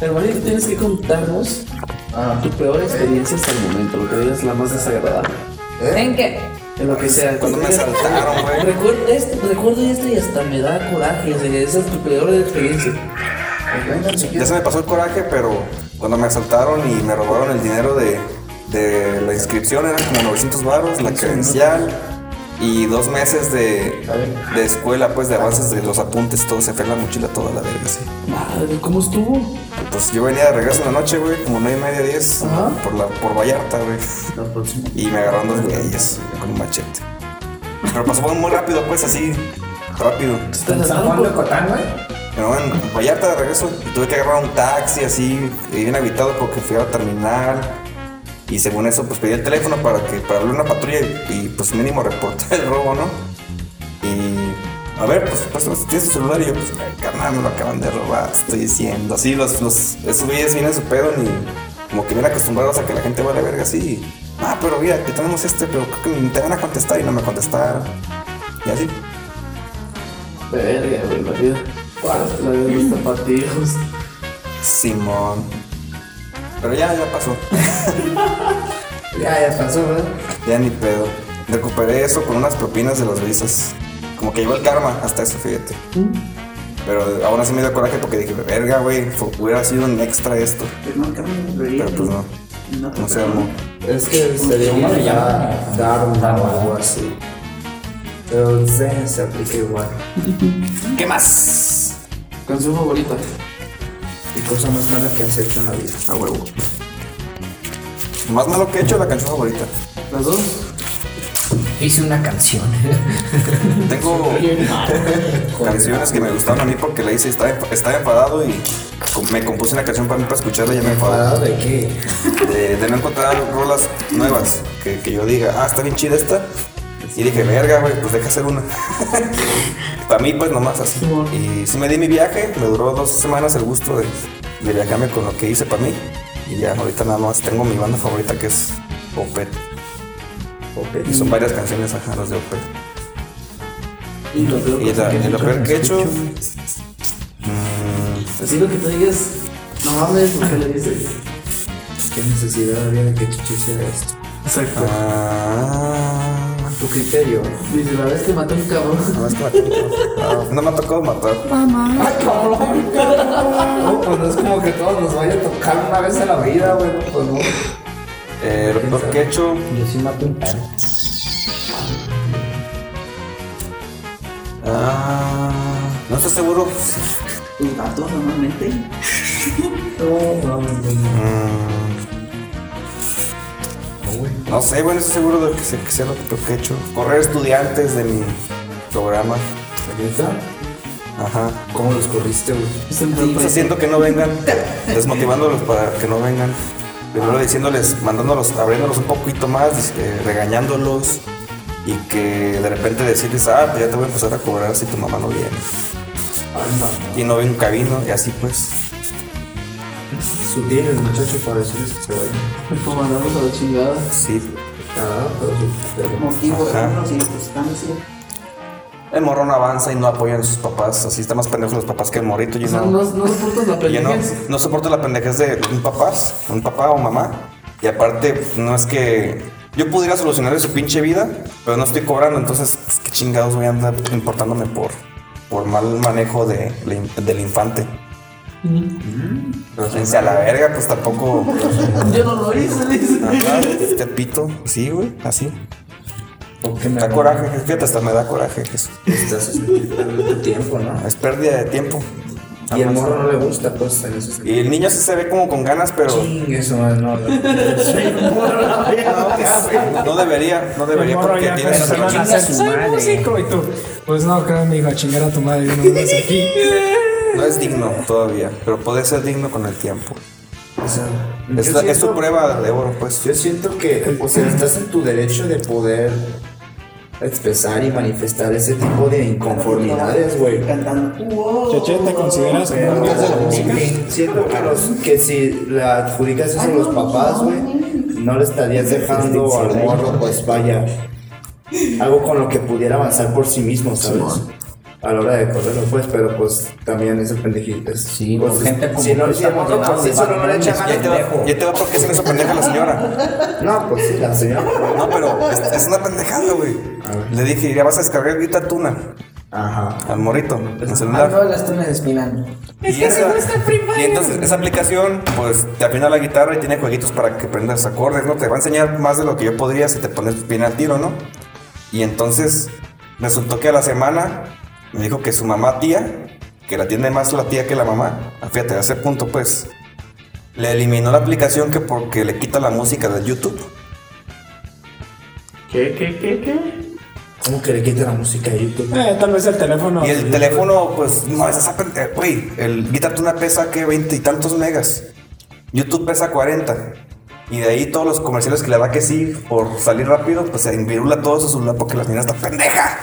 [SPEAKER 9] Hermanito, tienes que contarnos
[SPEAKER 7] ah,
[SPEAKER 9] tu peor experiencia hasta el momento, lo que digas la más desagradable.
[SPEAKER 5] ¿En qué?
[SPEAKER 9] En lo que sea.
[SPEAKER 6] Cuando me
[SPEAKER 9] Recuerda-
[SPEAKER 6] asaltaron, güey.
[SPEAKER 9] Recuerdo esto, recuerdo esto y hasta me da coraje, o sea, que esa es tu peor experiencia.
[SPEAKER 7] Pues vengan, si
[SPEAKER 6] Ya
[SPEAKER 7] quieren.
[SPEAKER 6] se me pasó el coraje, pero cuando me asaltaron y me robaron el dinero de, de la inscripción, eran como 900 baros, la credencial y dos meses de, de escuela, pues de avances de los apuntes, todo se fue en la mochila, toda la verga, sí.
[SPEAKER 9] Madre, ¿cómo estuvo?
[SPEAKER 6] Pues yo venía de regreso en la noche, güey, como 9 y media, 10, por, la, por Vallarta, güey. Y me agarraron dos güeyes con un machete. Pero pasó muy rápido, pues así, rápido.
[SPEAKER 8] ¿En San Juan de Cotán, güey?
[SPEAKER 6] Pero en Vallarta de regreso y tuve que agarrar un taxi así, eh, bien habitado porque fui a la terminal. Y según eso, pues pedí el teléfono para que para hablar a una patrulla y, y, pues mínimo reportar el robo, ¿no? Y a ver, pues, pues, pues, tienes tu celular y yo, pues "Ay, carnal, me lo acaban de robar, te estoy diciendo. Así, los, los, esos güeyes vienen a su pedo ni como que bien acostumbrados a que la gente vale verga así. Ah, pero mira, que tenemos este, pero creo que ni te van a contestar y no me contestaron. Y así.
[SPEAKER 9] Verga, güey, la vida. La vida de los zapatillos.
[SPEAKER 6] Simón. Pero ya, ya pasó.
[SPEAKER 7] Ya, ya pasó, ¿verdad?
[SPEAKER 6] Ya ni pedo. Recuperé eso con unas propinas de las visas. Como que llegó el karma hasta eso, fíjate. Pero aún así me dio coraje porque dije, verga, güey, fu- hubiera sido un extra esto. Pero pues no. No se armó.
[SPEAKER 7] Es que sería una llamada Dharma o algo así. Pero se, se aplica igual.
[SPEAKER 6] ¿Qué más?
[SPEAKER 9] Canción favorita.
[SPEAKER 7] Y cosa más mala que has hecho en la vida.
[SPEAKER 6] A huevo. Lo Más malo que he hecho la canción favorita.
[SPEAKER 9] Las dos.
[SPEAKER 8] Hice una canción.
[SPEAKER 6] Tengo canciones que me gustaron a mí porque la hice, estaba, enf- estaba enfadado y com- me compuse una canción para mí para escucharla y ya me enfadaba.
[SPEAKER 7] ¿Parado de qué?
[SPEAKER 6] de, de no encontrar rolas nuevas que, que yo diga, ah, está bien chida esta. Y dije, verga, güey, pues deja hacer una. Para mí, pues nomás así. Y sí me di mi viaje, me duró dos semanas el gusto de, de viajarme con lo que hice para mí. Y ya ahorita nada más tengo mi banda favorita que es Opet. Y son varias canciones, ajá, las de Opet.
[SPEAKER 9] Y lo peor
[SPEAKER 6] Y
[SPEAKER 9] cosa
[SPEAKER 6] la,
[SPEAKER 9] que
[SPEAKER 6] y lo
[SPEAKER 9] nunca
[SPEAKER 6] peor que he hecho,
[SPEAKER 9] Así lo que tú digas, no mames, ¿por qué le dices?
[SPEAKER 7] ¿Qué necesidad había de que Chichi hiciera esto?
[SPEAKER 9] Exacto.
[SPEAKER 6] ah,
[SPEAKER 7] Tu criterio.
[SPEAKER 9] Dice, la vez que maté a un cabrón.
[SPEAKER 6] no, es que me tocó- no me ha tocado matar.
[SPEAKER 8] No, pues no es como que todos nos vaya a tocar una vez en la vida, güey. no, Pues no.
[SPEAKER 6] Eh, lo peor que he hecho,
[SPEAKER 8] Yo sí mato un perro.
[SPEAKER 6] ah, no estoy seguro.
[SPEAKER 10] Los gatos normalmente.
[SPEAKER 6] Mm. No sé, bueno, estoy seguro de que sé, que sé lo que he hecho. Correr estudiantes de mi programa.
[SPEAKER 8] ¿Ahorita?
[SPEAKER 6] Ajá.
[SPEAKER 7] ¿Cómo los corriste, güey?
[SPEAKER 6] O sea, siento Pues que no vengan, desmotivándolos para que no vengan. Primero diciéndoles, mandándolos, abriéndolos un poquito más, eh, regañándolos. Y que de repente decirles, ah, pues ya te voy a empezar a cobrar si tu mamá no viene. Y no nunca vino, y así pues.
[SPEAKER 7] Sutil el muchacho para decirles que se vayan.
[SPEAKER 9] Pues mandamos a la chingada.
[SPEAKER 6] Sí.
[SPEAKER 7] Ah, pero sí, pero-
[SPEAKER 10] Motivo de
[SPEAKER 6] Ajá.
[SPEAKER 10] una circunstancia.
[SPEAKER 6] El morrón avanza y no apoya a sus papás. Así está más pendejo los papás que el morrito. yo
[SPEAKER 9] O sea,
[SPEAKER 6] no-
[SPEAKER 9] no, no soportas la
[SPEAKER 6] Y yo no,
[SPEAKER 9] pendejez.
[SPEAKER 6] no soporto la pendejez de un papás, un papá o mamá. Y aparte, pues, no es que yo pudiera solucionar su pinche vida, pero no estoy cobrando, entonces pues, qué chingados voy a andar importándome por, por mal manejo de, la in- del infante. Entonces, a la verga, pues tampoco.
[SPEAKER 9] Yo no lo hice, dice.
[SPEAKER 6] Ajá, Este pito, sí, güey, así.
[SPEAKER 7] Porque me
[SPEAKER 6] Da coraje, fíjate, hasta me da coraje eso.
[SPEAKER 7] estás perdiendo tu tiempo, ¿no?
[SPEAKER 6] Es pérdida de tiempo.
[SPEAKER 7] Y el morro no le gusta, pues, en eso
[SPEAKER 6] Y el niño sí se ve como con ganas, pero
[SPEAKER 7] Eso no, no.
[SPEAKER 6] no debería, no debería porque tiene sus
[SPEAKER 10] Pero
[SPEAKER 6] errores.
[SPEAKER 10] van a ser Soy músico y tú. Pues no, acá me iba a chingar a tu madre no me ves aquí.
[SPEAKER 6] No es digno todavía, pero puede ser digno con el tiempo.
[SPEAKER 7] O sea,
[SPEAKER 6] Es,
[SPEAKER 7] yo
[SPEAKER 6] la- es tu
[SPEAKER 7] siento-
[SPEAKER 6] prueba de oro, pues.
[SPEAKER 7] Yo siento que, o sea, estás en tu derecho de poder expresar y manifestar ese tipo de inconformidades, güey.
[SPEAKER 1] Cheche, ¿te consideras como
[SPEAKER 7] Pero
[SPEAKER 1] un dios de la música?
[SPEAKER 7] siento que, los, que si la adjudicas eso a los papás, güey, no le estarías dejando al morro, pues vaya, algo con lo que pudiera avanzar por sí mismo, ¿sabes? A la hora de correrlo, pues, pero pues también ese pendejito es.
[SPEAKER 8] Sí,
[SPEAKER 7] pues,
[SPEAKER 8] con gente como
[SPEAKER 7] si no,
[SPEAKER 8] tú
[SPEAKER 7] si el morro
[SPEAKER 8] estamos
[SPEAKER 7] por sí solo pues, no le echa
[SPEAKER 8] llevando
[SPEAKER 6] Ya te,
[SPEAKER 7] ganas,
[SPEAKER 6] va, ya te va porque es esa pendeja la señora.
[SPEAKER 7] No, pues sí, la señora.
[SPEAKER 6] No, pero es, es una pendejada, güey. Le dije, ya vas a descargar ahorita Tuna
[SPEAKER 7] Ajá.
[SPEAKER 6] al morrito, el
[SPEAKER 8] Ah, no,
[SPEAKER 6] celular.
[SPEAKER 8] las tunas espinan.
[SPEAKER 6] Y, esa, y entonces esa aplicación, pues te afina la guitarra y tiene jueguitos para que prendas acordes, ¿no? Te va a enseñar más de lo que yo podría si te pones bien al tiro, ¿no? Y entonces resultó que a la semana me dijo que su mamá tía, que la tiene más la tía que la mamá, ah, fíjate, a ese punto pues, le eliminó la aplicación que porque le quita la música de YouTube.
[SPEAKER 7] ¿Cómo que le quita la música a YouTube?
[SPEAKER 1] Eh, tal vez el teléfono.
[SPEAKER 6] Y el teléfono, pues, no, es esa pende- Güey, el Guitar Tuna pesa que 20 y tantos megas. YouTube pesa 40. Y de ahí todos los comerciales que le da que sí, por salir rápido, pues se envirula todo su celular porque la señora está pendeja.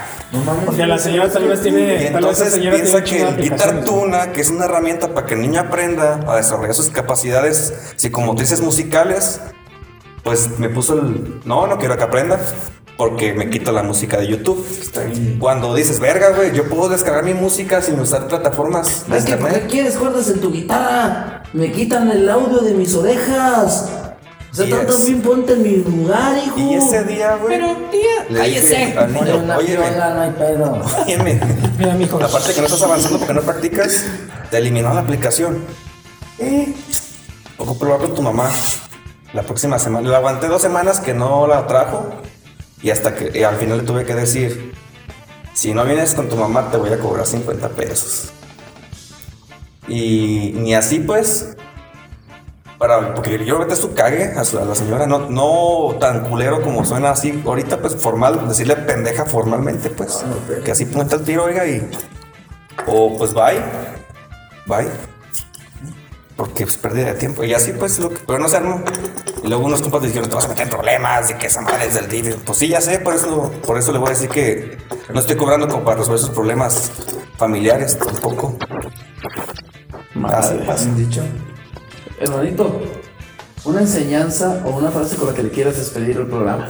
[SPEAKER 1] Porque la señora tal vez tiene.
[SPEAKER 6] Y
[SPEAKER 1] tal vez
[SPEAKER 6] entonces
[SPEAKER 1] esa señora
[SPEAKER 6] piensa
[SPEAKER 1] tiene
[SPEAKER 6] que el Guitar
[SPEAKER 1] aplicaciones.
[SPEAKER 6] Tuna, que es una herramienta para que el niño aprenda a desarrollar sus capacidades psicomotrices musicales, pues me puso el. No, no quiero que aprenda. Porque me quita la música de YouTube. Cuando dices, verga, güey, yo puedo descargar mi música sin usar plataformas de
[SPEAKER 9] Es que ¿por qué
[SPEAKER 6] internet.
[SPEAKER 9] quieres cuerdas en tu guitarra? Me quitan el audio de mis orejas. O sea,
[SPEAKER 6] Y
[SPEAKER 9] tanto
[SPEAKER 6] es-
[SPEAKER 9] bien ponte en mi lugar, hijo.
[SPEAKER 6] Y ese día, güey. le dije al niño,
[SPEAKER 8] Oye, una
[SPEAKER 6] óyeme,
[SPEAKER 8] piola, no hay pedo.
[SPEAKER 6] óyeme.
[SPEAKER 10] Mira, mijo.
[SPEAKER 6] Aparte que no estás avanzando porque no practicas, te eliminó la aplicación. Eh, Poco probar con tu mamá. La próxima semana. La aguanté dos semanas que no la trajo. Y hasta que eh, al final le tuve que decir: Si no vienes con tu mamá, te voy a cobrar 50 pesos. Y ni así, pues. Para, porque yo ahorita es su cague a, su- a la señora, no, no tan culero como suena así. Ahorita, pues formal, decirle pendeja formalmente, pues. Que así ponte el tiro, oiga, y. O pues bye. Bye porque pues pérdida de tiempo. Y así pues, lo que- pero no se armó. Y luego unos compas dijeron, te vas a meter en problemas y que esa madre es del DIF. Pues sí, ya sé, por eso, por eso le voy a decir que no estoy cobrando como para resolver sus problemas familiares tampoco. Así pasa.
[SPEAKER 9] Hermanito, una enseñanza o una frase con la que le quieras despedir el programa.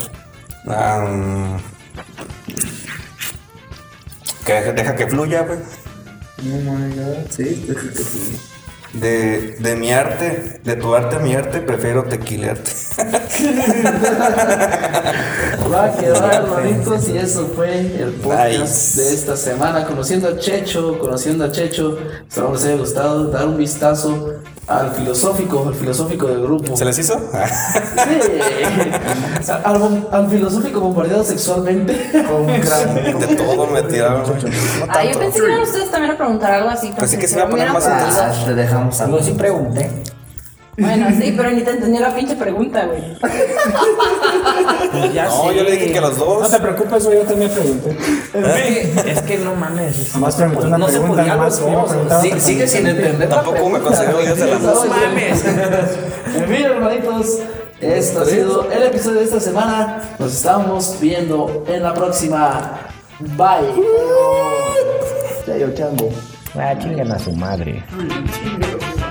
[SPEAKER 6] Ah, mm. que deja, deja que fluya, güey.
[SPEAKER 7] Sí, te- te- te-
[SPEAKER 6] De, de mi arte, de tu arte a mi arte, prefiero tequilearte.
[SPEAKER 9] Va a quedar, hermanitos, y eso fue el podcast
[SPEAKER 6] Nice.
[SPEAKER 9] de esta semana. Conociendo a Checho, conociendo a Checho. Espero les haya gustado dar un vistazo al filosófico, al filosófico del grupo.
[SPEAKER 6] ¿Se les hizo?
[SPEAKER 9] Sí. al, al filosófico bombardeado sexualmente. Con crack.
[SPEAKER 6] de todo me tiraron. güey. No
[SPEAKER 5] Ah, yo
[SPEAKER 6] tanto.
[SPEAKER 5] pensé que iban ustedes también a preguntar algo así. pues,
[SPEAKER 6] Pensé que se
[SPEAKER 8] Ah,
[SPEAKER 5] va
[SPEAKER 6] iba a poner más
[SPEAKER 7] te dejamos a
[SPEAKER 8] Yo sí pregunté.
[SPEAKER 5] Bueno, sí, pero ni te entendí la pinche pregunta, güey.
[SPEAKER 8] Pues ya
[SPEAKER 6] No,
[SPEAKER 8] sé.
[SPEAKER 6] yo le dije que los
[SPEAKER 10] No
[SPEAKER 6] dos.
[SPEAKER 10] te preocupes, güey, yo también pregunté.
[SPEAKER 8] Es que, es que no mames.
[SPEAKER 3] Nomás preguntó una
[SPEAKER 8] Pues no se
[SPEAKER 3] pregunta,
[SPEAKER 8] podía
[SPEAKER 3] nomás
[SPEAKER 8] los
[SPEAKER 3] iba a
[SPEAKER 8] dos.
[SPEAKER 3] preguntar
[SPEAKER 8] Sí,
[SPEAKER 3] otra
[SPEAKER 8] sigue sin entender. la
[SPEAKER 6] Tampoco me
[SPEAKER 8] pregunta.
[SPEAKER 6] considero yo de las dos.
[SPEAKER 8] No mames.
[SPEAKER 9] En fin, Pues hermanitos, esto ha sido el episodio de esta semana. Nos estamos viendo en la próxima. Bye. Ya yo chango.
[SPEAKER 11] Ah, chingan a su madre.
[SPEAKER 9] Chingado.